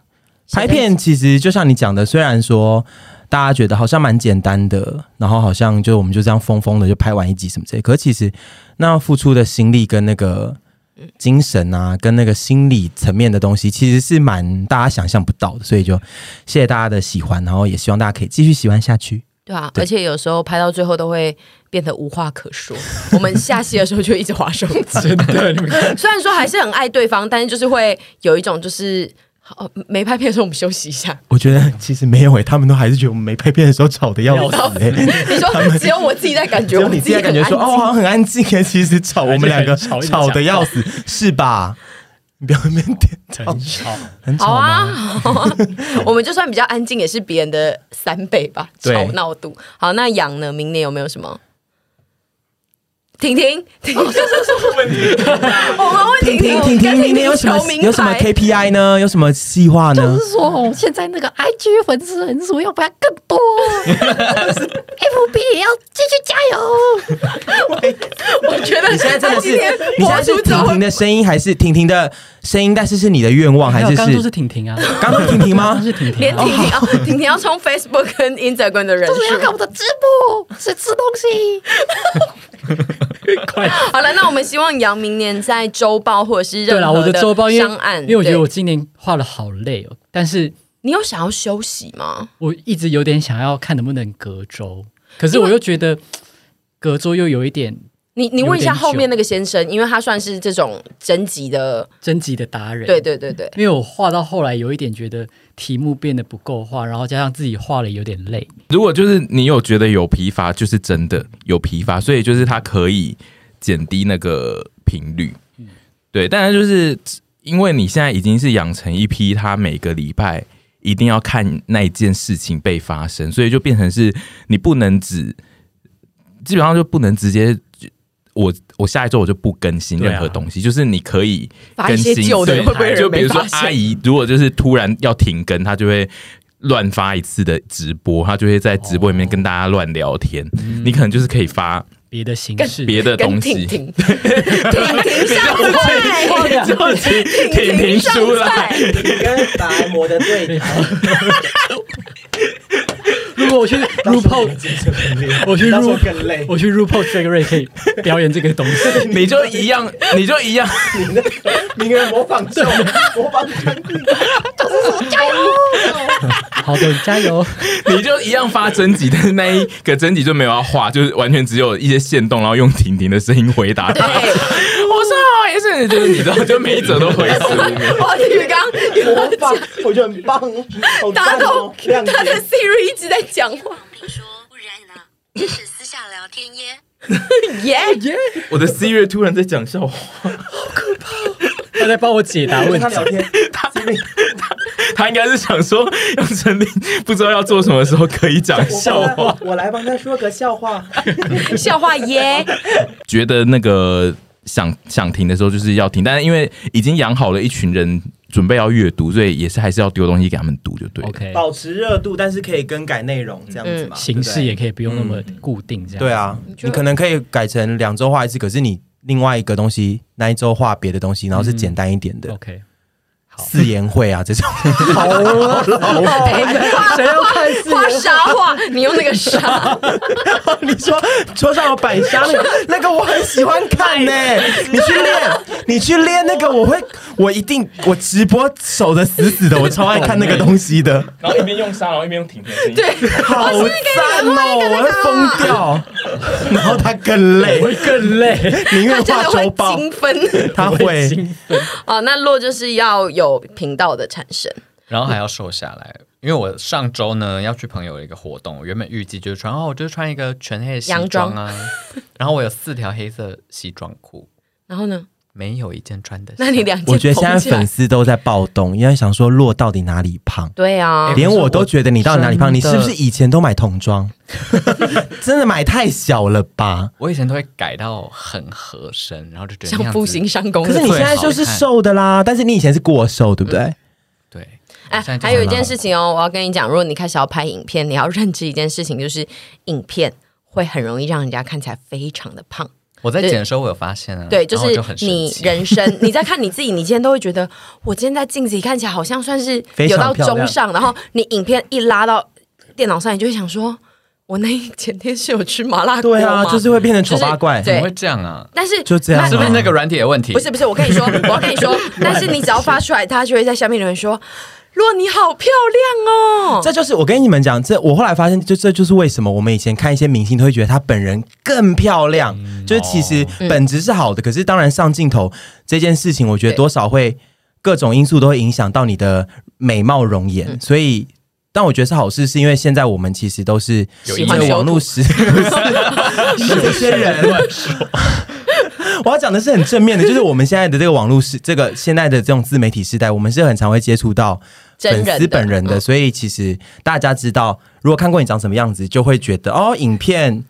S1: 拍片其实就像你讲的，虽然说大家觉得好像蛮简单的，然后好像就我们就这样疯疯的就拍完一集什么之类，可是其实那要付出的心力跟那个精神啊，跟那个心理层面的东西，其实是蛮大家想象不到的。所以就谢谢大家的喜欢，然后也希望大家可以继续喜欢下去。
S2: 对啊，
S1: 对
S2: 而且有时候拍到最后都会变得无话可说。我们下戏的时候就一直划手机，
S4: 真的，你们 看
S2: 虽然说还是很爱对方，但是就是会有一种就是哦，没拍片的时候我们休息 一下。
S1: 我觉得其实没有诶、欸他们都还是觉得我们没拍片的时候吵得要死、欸。
S2: 你说只有我自己在感
S1: 只
S2: 觉，
S1: 有
S2: 我
S1: 你自
S2: 自己
S1: 己感觉说，
S2: 很安
S1: 哦，
S2: 静
S1: 好像很安静耶，其实吵，我们两个
S4: 而且很吵一直
S1: 吵的要死，是吧？你不要在那边点
S4: 很吵，
S1: 很
S2: 好
S1: 吵
S2: 啊，
S1: 吗？
S2: 好啊， 我们就算比较安静，也是别人的三倍吧，
S1: 对
S2: 吵闹度。好，那养呢？明年有没有什么？婷婷，婷，
S1: 哦
S2: 这是什么问题？我们问婷
S1: 婷婷
S2: 婷，
S1: 婷婷，
S2: 跟
S1: 明天有什么
S2: 求明白
S1: 有什么 KPI 呢？有什么计划
S5: 就
S1: 呢？
S5: 是说，哦，现在那个 IG 粉丝人数要不要更多？FB 也要继续加油！
S2: 我觉得
S1: 你现在真的
S2: 今
S1: 是
S2: 天，
S1: 你现在是
S2: 播出之
S1: 婷
S2: 后
S1: 婷的声音，还是婷婷的声音？但是是你的愿望，还
S4: 没
S1: 是
S4: 有刚刚都是
S1: 是
S4: 婷婷啊，
S1: 刚刚婷婷吗
S4: 刚？是婷婷
S2: 连
S4: 啊，
S2: 婷婷哦，婷婷要冲 Facebook 跟 Instagram 的 人
S1: 啊
S5: 就是要看我
S2: 数。
S5: 的直播，是吃东西。
S4: 快
S2: 好了，那我们希望杨明年在周报或者是
S4: 对
S2: 任
S4: 啦，
S2: 何
S4: 我的周报因为
S2: 商案，
S4: 因为我觉得我
S2: 对
S4: 今年画的好累哦，但是
S2: 你有想要休息吗？
S4: 我一直有点想要看能不能隔周，可是我又觉得隔周又有一点
S2: 你你问一下
S4: 有点久
S2: 后面那个先生，因为他算是这种征集的，
S4: 征集的达人，
S2: 对，对对对。
S4: 因为我画到后来有一点觉得题目变得不够画，然后加上自己画了有点累，
S3: 如果就是你有觉得有疲乏，就是真的有疲乏，所以就是它可以减低那个频率。对，但是就是因为你现在已经是养成一批，他每个礼拜一定要看那一件事情被发生，所以就变成是你不能只，基本上就不能直接。我我下一周我就不更新任何
S4: 对啊
S3: 东西，就是你可以
S2: 发
S3: 更
S2: 一些
S3: 新，
S2: 旧的
S3: 对
S2: 会不会有人
S3: 就比如说
S2: 没发现
S3: 阿姨，如果就是突然要停更，她就会乱发一次的直播，她就会在直播里面跟大家乱聊天。你可能就是可以发
S4: 别的形式，
S3: 别的
S2: 跟
S3: 东
S2: 婷
S3: 西，
S2: 婷婷婷上
S4: 我
S2: 菜，
S4: 讲
S3: 就是婷婷出来，
S7: 跟达摩的对谈，
S4: 如果我去 RuPaul，我去
S7: 到时候
S4: Ru，
S7: 更累。
S4: 我去 RuPaul Drag Race 可以表演这个东西。
S3: 你就一样，你就一样，
S7: 你那个名人模仿秀，模仿团体，
S4: 好的，加油！
S3: 你就一样发征集，但是那一个征集就没有要画，就是完全只有一些线动，然后用婷婷的声音回答他。我
S2: 对。
S3: 说好也是，就是你知道，就每一则都回十五秒。
S2: 哇，鱼缸
S7: 模仿， 我觉得很 棒，好
S2: 打
S7: 赞
S2: 头
S7: 哦，亮，
S2: 他的
S7: 点。
S2: Siri 一直在讲话，
S8: 比如说，不然呢？这是私下聊天耶。
S2: 耶、
S4: 哦
S3: 我的 Siri 突然在讲笑话，
S4: 他在帮我解答
S7: 跟
S4: 问
S7: 他
S4: 题
S7: 聊。天，
S3: 他应该是想说杨丞琳不知道要做什么的时候可以讲笑
S7: 我帮
S3: 话
S7: 他。我来帮他说个笑话。
S2: 笑话耶、
S3: 觉得那个想想停的时候就是要停，但是因为已经养好了一群人准备要阅读，所以也是还是要丢东西给他们读就对了。
S4: OK，
S1: 保持热度，但是可以更改内容这样子嘛，
S4: 形式
S1: 对
S4: 也
S1: 不
S4: 可以不用那么
S7: 嗯
S4: 固定，这样
S1: 对对啊，
S2: 就
S1: 你可能可以改成两周画一次，可是你另外一个东西那一周画别的东西，然后是简单一点的。
S4: OK，
S1: 四言会啊，这种
S2: 哦
S4: 谁要看啊四
S2: 画沙画，啊你用那个沙，
S1: 你说桌上有百香那个，那个我很喜欢看 呢、你去练，你去练那个，我会，我一定，我直播守的死死的，我超爱看那个东西的，
S3: 然后一边用沙，然后一边用停的声音。
S2: 对，
S1: 好赞哦、我会疯掉，然后他更累，
S4: 会更累，
S1: 宁愿画
S2: 他真的
S1: 周
S2: 会
S1: 报，
S2: 精分。
S1: 他会
S4: 兴
S2: 哦，那洛就是要有频道的产生，
S6: 然后还要瘦下来，因为我上周呢要去朋友的一个活动，我原本预计就是穿哦，我就穿一个全黑的西装 啊，然后我有四条黑色西装裤，
S2: 然后呢？
S6: 没有一件穿得下。
S2: 那你两件
S1: 我觉得现在
S2: 缝起来
S1: 粉丝都在暴动，因为想说洛到底哪里胖，
S2: 对啊
S6: 哎，
S1: 连我都觉得你到底哪里胖，你
S6: 真
S1: 是
S6: 的
S1: 不是以前都买童装？真的买太小了吧？
S6: 我以前都会改到很合身，然后就觉得那
S2: 像
S6: 样子
S2: 复兴上工
S1: 可
S2: 的
S1: 是
S2: 作
S1: 你
S2: 品。
S1: 现在就是瘦的啦，但是你以前是过瘦，对不对？
S6: 对，
S2: 哎
S6: 我现在，就
S2: 还有一
S6: 很
S2: 件
S6: 老
S2: 事情哦，我要跟你讲，如果你开始要拍影片，你要认知一件事情，就是影片会很容易让人家看起来非常的胖。
S6: 我在剪的时候我有发现啊，
S2: 对，就
S6: 然后我
S2: 是
S6: 很生
S2: 你
S6: 气
S2: 人生， 你在看你自己，你今天都会觉得，我今天在镜子里看起来好像算是
S1: 非
S2: 有
S1: 常
S2: 到
S1: 漂亮
S2: 中 上，然后你影片一拉到电脑上，你就会想说，我那一前天是有吃麻辣锅
S1: 对啊，
S2: 吗
S1: 就是会变成丑八怪。
S2: 就是
S6: 怎
S2: 对
S6: 么会这样啊？
S2: 但是
S1: 就这样啊
S6: 是不是那个软体的问题？
S2: 不是不是，我跟你说，我要跟你说，但是你只要发出来，他就会在下面留言说，洛你好漂亮哦，
S1: 这就是我跟你们讲，这我后来发现，就这就是为什么我们以前看一些明星都会觉得她本人更漂亮，
S2: 嗯
S1: 就是其实
S2: 哦
S1: 本质是好的，可是当然上镜头这件事情，我觉得
S2: 对
S1: 多少会各种因素都会影响到你的美貌容颜，
S2: 嗯
S1: 所以。但我觉得是好事，是因为现在我们其实都是
S2: 有
S1: 因
S2: 意
S1: 为
S2: 识
S1: 网络 时有些人， 我要讲的是很正面的，就是我们现在的这个网络时，这个现在的这种自媒体时代，我们是很常会接触到
S2: 真
S1: 粉
S2: 人
S1: 丝
S2: 的
S1: 本人的，
S2: 嗯
S1: 所以其实大家知道，如果看过你长什么样子，就会觉得哦，影片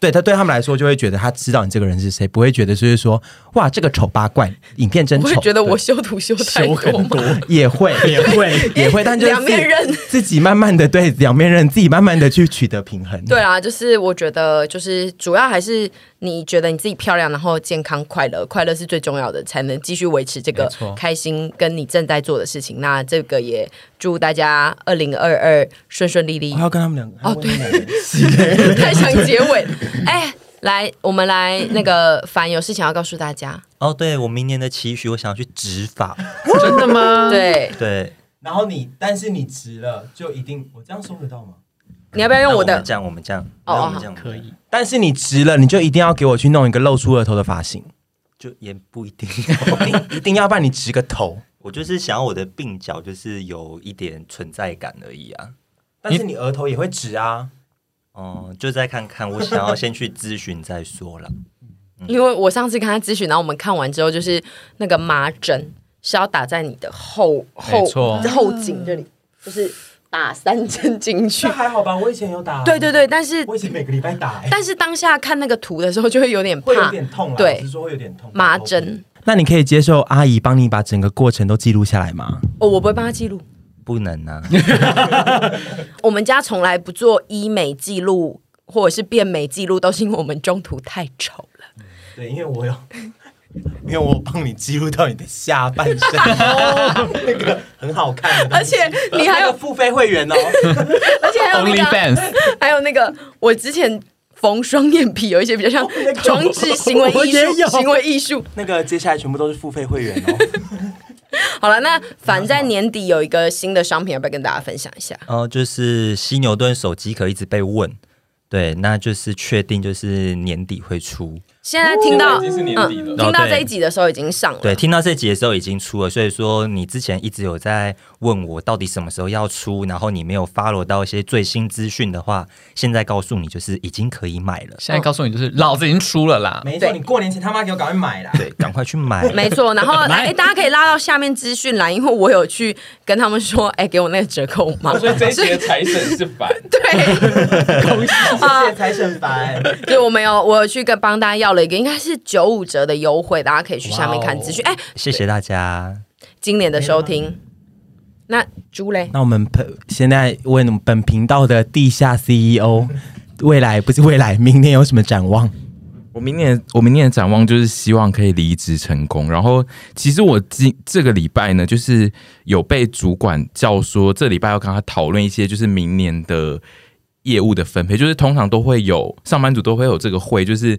S1: 对他对他们来说就会觉得他知道你这个人是谁，不会觉得就是说哇，这个丑八怪，影片真
S2: 我会
S1: 丑，
S2: 觉得我修图修太
S4: 修
S2: 多
S4: 很
S2: 吗
S4: 多？，
S1: 也会
S4: 也会
S1: 也会，但就是
S2: 两面刃
S1: 自己 自己慢慢的对两面刃，自己慢慢的去取得平衡。
S2: 对啊，就是我觉得，就是主要还是你觉得你自己漂亮，然后健康快乐，快乐是最重要的，才能继续维持这
S6: 没
S2: 个
S6: 错
S2: 开心跟你正在做的事情。那这个也祝大家二零二二顺顺利利
S1: 我还。要跟他们两个
S2: 哦，
S1: 还要问他们两
S2: 对
S1: 个，
S2: 太想结尾。哎，来，我们来那个凡有事情要告诉大家。
S9: 哦，对我明年的期许，我想要去植发。
S6: 真的 吗？
S2: 对，
S9: 对，
S1: 然后你但是你直了，就一定我这样收得到吗？
S2: 你要不要用
S9: 那
S2: 我
S9: 我
S2: 的
S9: 们这样，我们这样，
S2: 哦
S9: 那我
S2: 哦
S9: 们这样
S4: 可以，
S1: 但是你直了，你就一定要给我去弄一个露出额头的发型，
S9: 就也不一定。
S1: 一定要不然你直个头。
S9: 我就是想要我的鬓角就是有一点存在感而已啊。
S1: 但是你额头也会直啊，
S9: 哦、就再看看，我想要先去咨询再说 了。
S2: 因为我上次跟他咨询，然后我们看完之后，就是那个麻疹是要打在你的后后
S6: 没错
S2: 后颈这里，就是打三针进去
S1: 那。还好吧，我以前有打，
S2: 对对对，但是
S1: 我以前每个礼拜打、欸，
S2: 但是当下看那个图的时候，就会有点
S1: 会有
S2: 怕
S1: 点痛啦，
S2: 对
S1: 只是说会有点痛，
S2: 麻针。
S1: 那你可以接受阿姨帮你把整个过程都记录下来吗？
S2: 哦，我不会帮他记录。
S9: 不能 啊，
S2: 我们家从来不做医美记录或者是变美记录，都是因为我们中途太丑了。
S1: 对，因为我 有，因为我帮你记录到你的下半身， 哦那个很好看的，
S2: 而且你还 有，
S1: 付费会员哦，
S2: 而且还有那个，
S6: OnlyFans
S2: 还有那个，我之前缝双眼皮有一些比较像装置行为
S4: 我
S2: 艺
S4: 也有
S2: 术，行为艺术。
S1: 那个接下来全部都是付费会员哦。
S2: 好了，那反正在年底有一个新的商品，要不要跟大家分享一下？
S9: 然后哦就是犀牛顿手机壳一直被问，对，那就是确定就是年底会出，
S2: 现在听到，
S3: 已经是年底了
S2: 嗯，听到这一集的时候已经上了，
S9: 对，，啊听到这集的时候已经出了，所以说你之前一直有在问我到底什么时候要出，然后你没有 follow 到一些最新资讯的话，现在告诉你就是已经可以买了，
S6: 现在告诉你，就是老子已经输了啦。
S1: 没
S2: 对
S1: 错，你过年前他妈给我赶快买啦！
S9: 对，赶快去买。
S2: 没错。 然后哎、大家可以拉到下面资讯栏，因为我有去跟他们说，哎、给我那个折扣码，
S3: 所以这一节财神是反，
S2: 对，
S1: 谢谢财神烦，
S2: 对，我没有，我有去跟帮大家要了一个，应该是九五折的优惠，大家可以去下面看资讯。
S3: 哦
S2: 哎、
S9: 谢谢大家，
S2: 今年的收听，那猪嘞？
S1: 那我们本现在问本频道的地下 CEO，未来不是未来，明年有什么展望？
S3: 我明年我明年的展望就是希望可以离职成功。然后，其实我今这个礼拜呢，就是有被主管叫说，这礼拜要跟他讨论一些就是明年的业务的分配，就是通常都会有上班族都会有这个会，就是。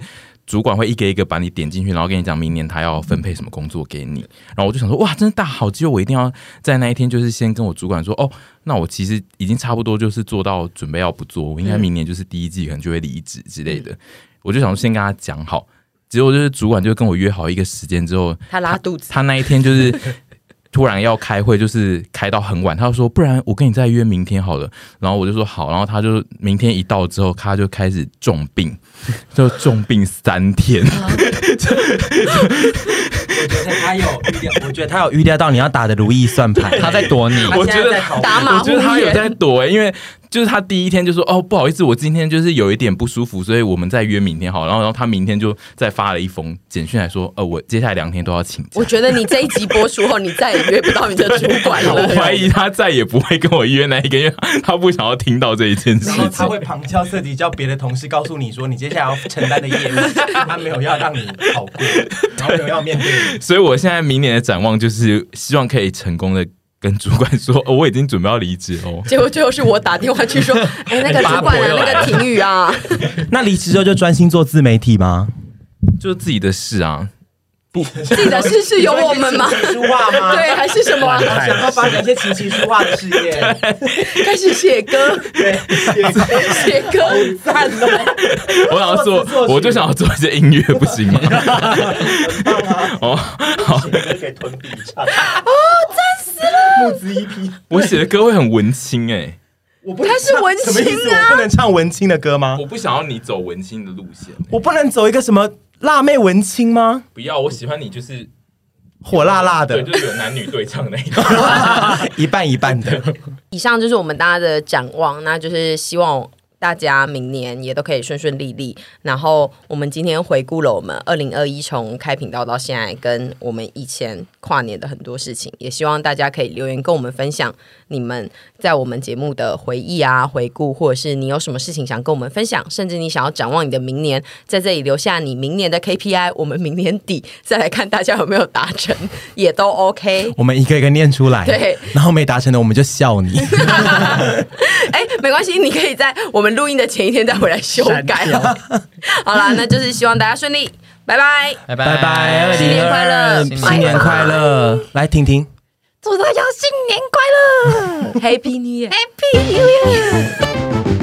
S3: 主管会一个一个把你点进去，然后跟你讲明年他要分配什么工作给你。然后我就想说，哇，真的大好机会，我一定要在那一天就是先跟我主管说，哦，那我其实已经差不多就是做到准备要不做，我应该明年就是第一季可能就会离职之类的。我就想说先跟他讲好，结果就是主管就跟我约好一个时间之后，
S2: 他拉肚子，
S3: 他那一天就是 突然要开会，就是开到很晚，他就说不然我跟你再约明天好了，然后我就说好，然后他就明天一到之后，他就开始重病， 就重病三 天，
S1: 我觉得他有预料， 我觉得他有预料到你要打的如意算盘，
S6: 他在躲你，
S3: 我觉得
S1: 他
S2: 打马
S3: 我
S2: 虎
S3: 觉得他有
S2: 眼。
S3: 在躲、欸，因为就是他第一天就说哦不好意思，我今天就是有一点不舒服，所以我们再约明天好了，然后然后他明天就再发了一封简讯来说，呃我接下来两天都要请假
S2: 我。觉得你这一集播出后，你再也约不到你的主 管
S3: 我
S2: 了。
S3: 怀疑他再也不会跟我约那一个，因为他不想要听到这一件事
S1: 然后他
S3: 情。
S1: 会旁敲侧击叫别的同事告诉你说，你接下来要承担的业 务，他没有要让你好过，然后没有要面对你。
S3: 所以我现在明年的展望就是希望可以成功的跟主管说， 哦、我已经准备要离职哦。
S2: 结果最后是我打电话去说，哎、那个主管啊，那个婷宇 啊，
S1: 那离职之后就专心做自媒体吗？
S3: 就是自己的事啊，
S2: 自己的事是有我们吗？
S1: 书画吗？
S2: 对，还是什 么啊？
S1: 想要发展一些琴棋书画的事业，
S2: 开始写歌，
S1: 对，
S2: 写歌，
S1: 赞哦，
S3: 我想要
S1: 作词作
S3: 做，
S1: 曲
S3: 我就想要做一些音乐，不行吗？哦，好，
S9: 可以吞币唱，
S1: 募资一批。
S3: 我写的歌会很文青哎、
S1: 我不能
S2: 他是
S1: 唱
S2: 文青啊
S1: 什么意思我不能唱文青的歌吗？
S3: 我不想要你走文青的路线、欸
S1: 我不能走一个什么辣妹文青吗？
S3: 不要，我喜欢你就是
S1: 火辣辣的，
S3: 就是有男女对唱那一种。
S1: 一半一半的。
S2: 以上就是我们大家的展望，那就是希望大家明年也都可以顺顺利利。然后我们今天回顾了我们二零二一从开频道到现在，跟我们以前跨年的很多事情，也希望大家可以留言跟我们分享你们在我们节目的回忆啊、回顾，或者是你有什么事情想跟我们分享，甚至你想要展望你的明年，在这里留下你明年的 KPI，我们明年底再来看大家有没有达成，也都 OK。
S1: 我们一个一个念出来，
S2: 对，
S1: 然后没达成的我们就笑你。
S2: 哎，没关系，你可以在我们录音的前一天再回来修改。啊好啦，那就是希望大家顺利，拜拜。
S6: 拜
S1: 拜拜，二
S2: 新
S1: 零
S2: 年快乐
S1: 二新年快乐，来婷婷。
S5: 祝大家新年快乐
S2: Happy New Year。
S5: ，Happy New Year！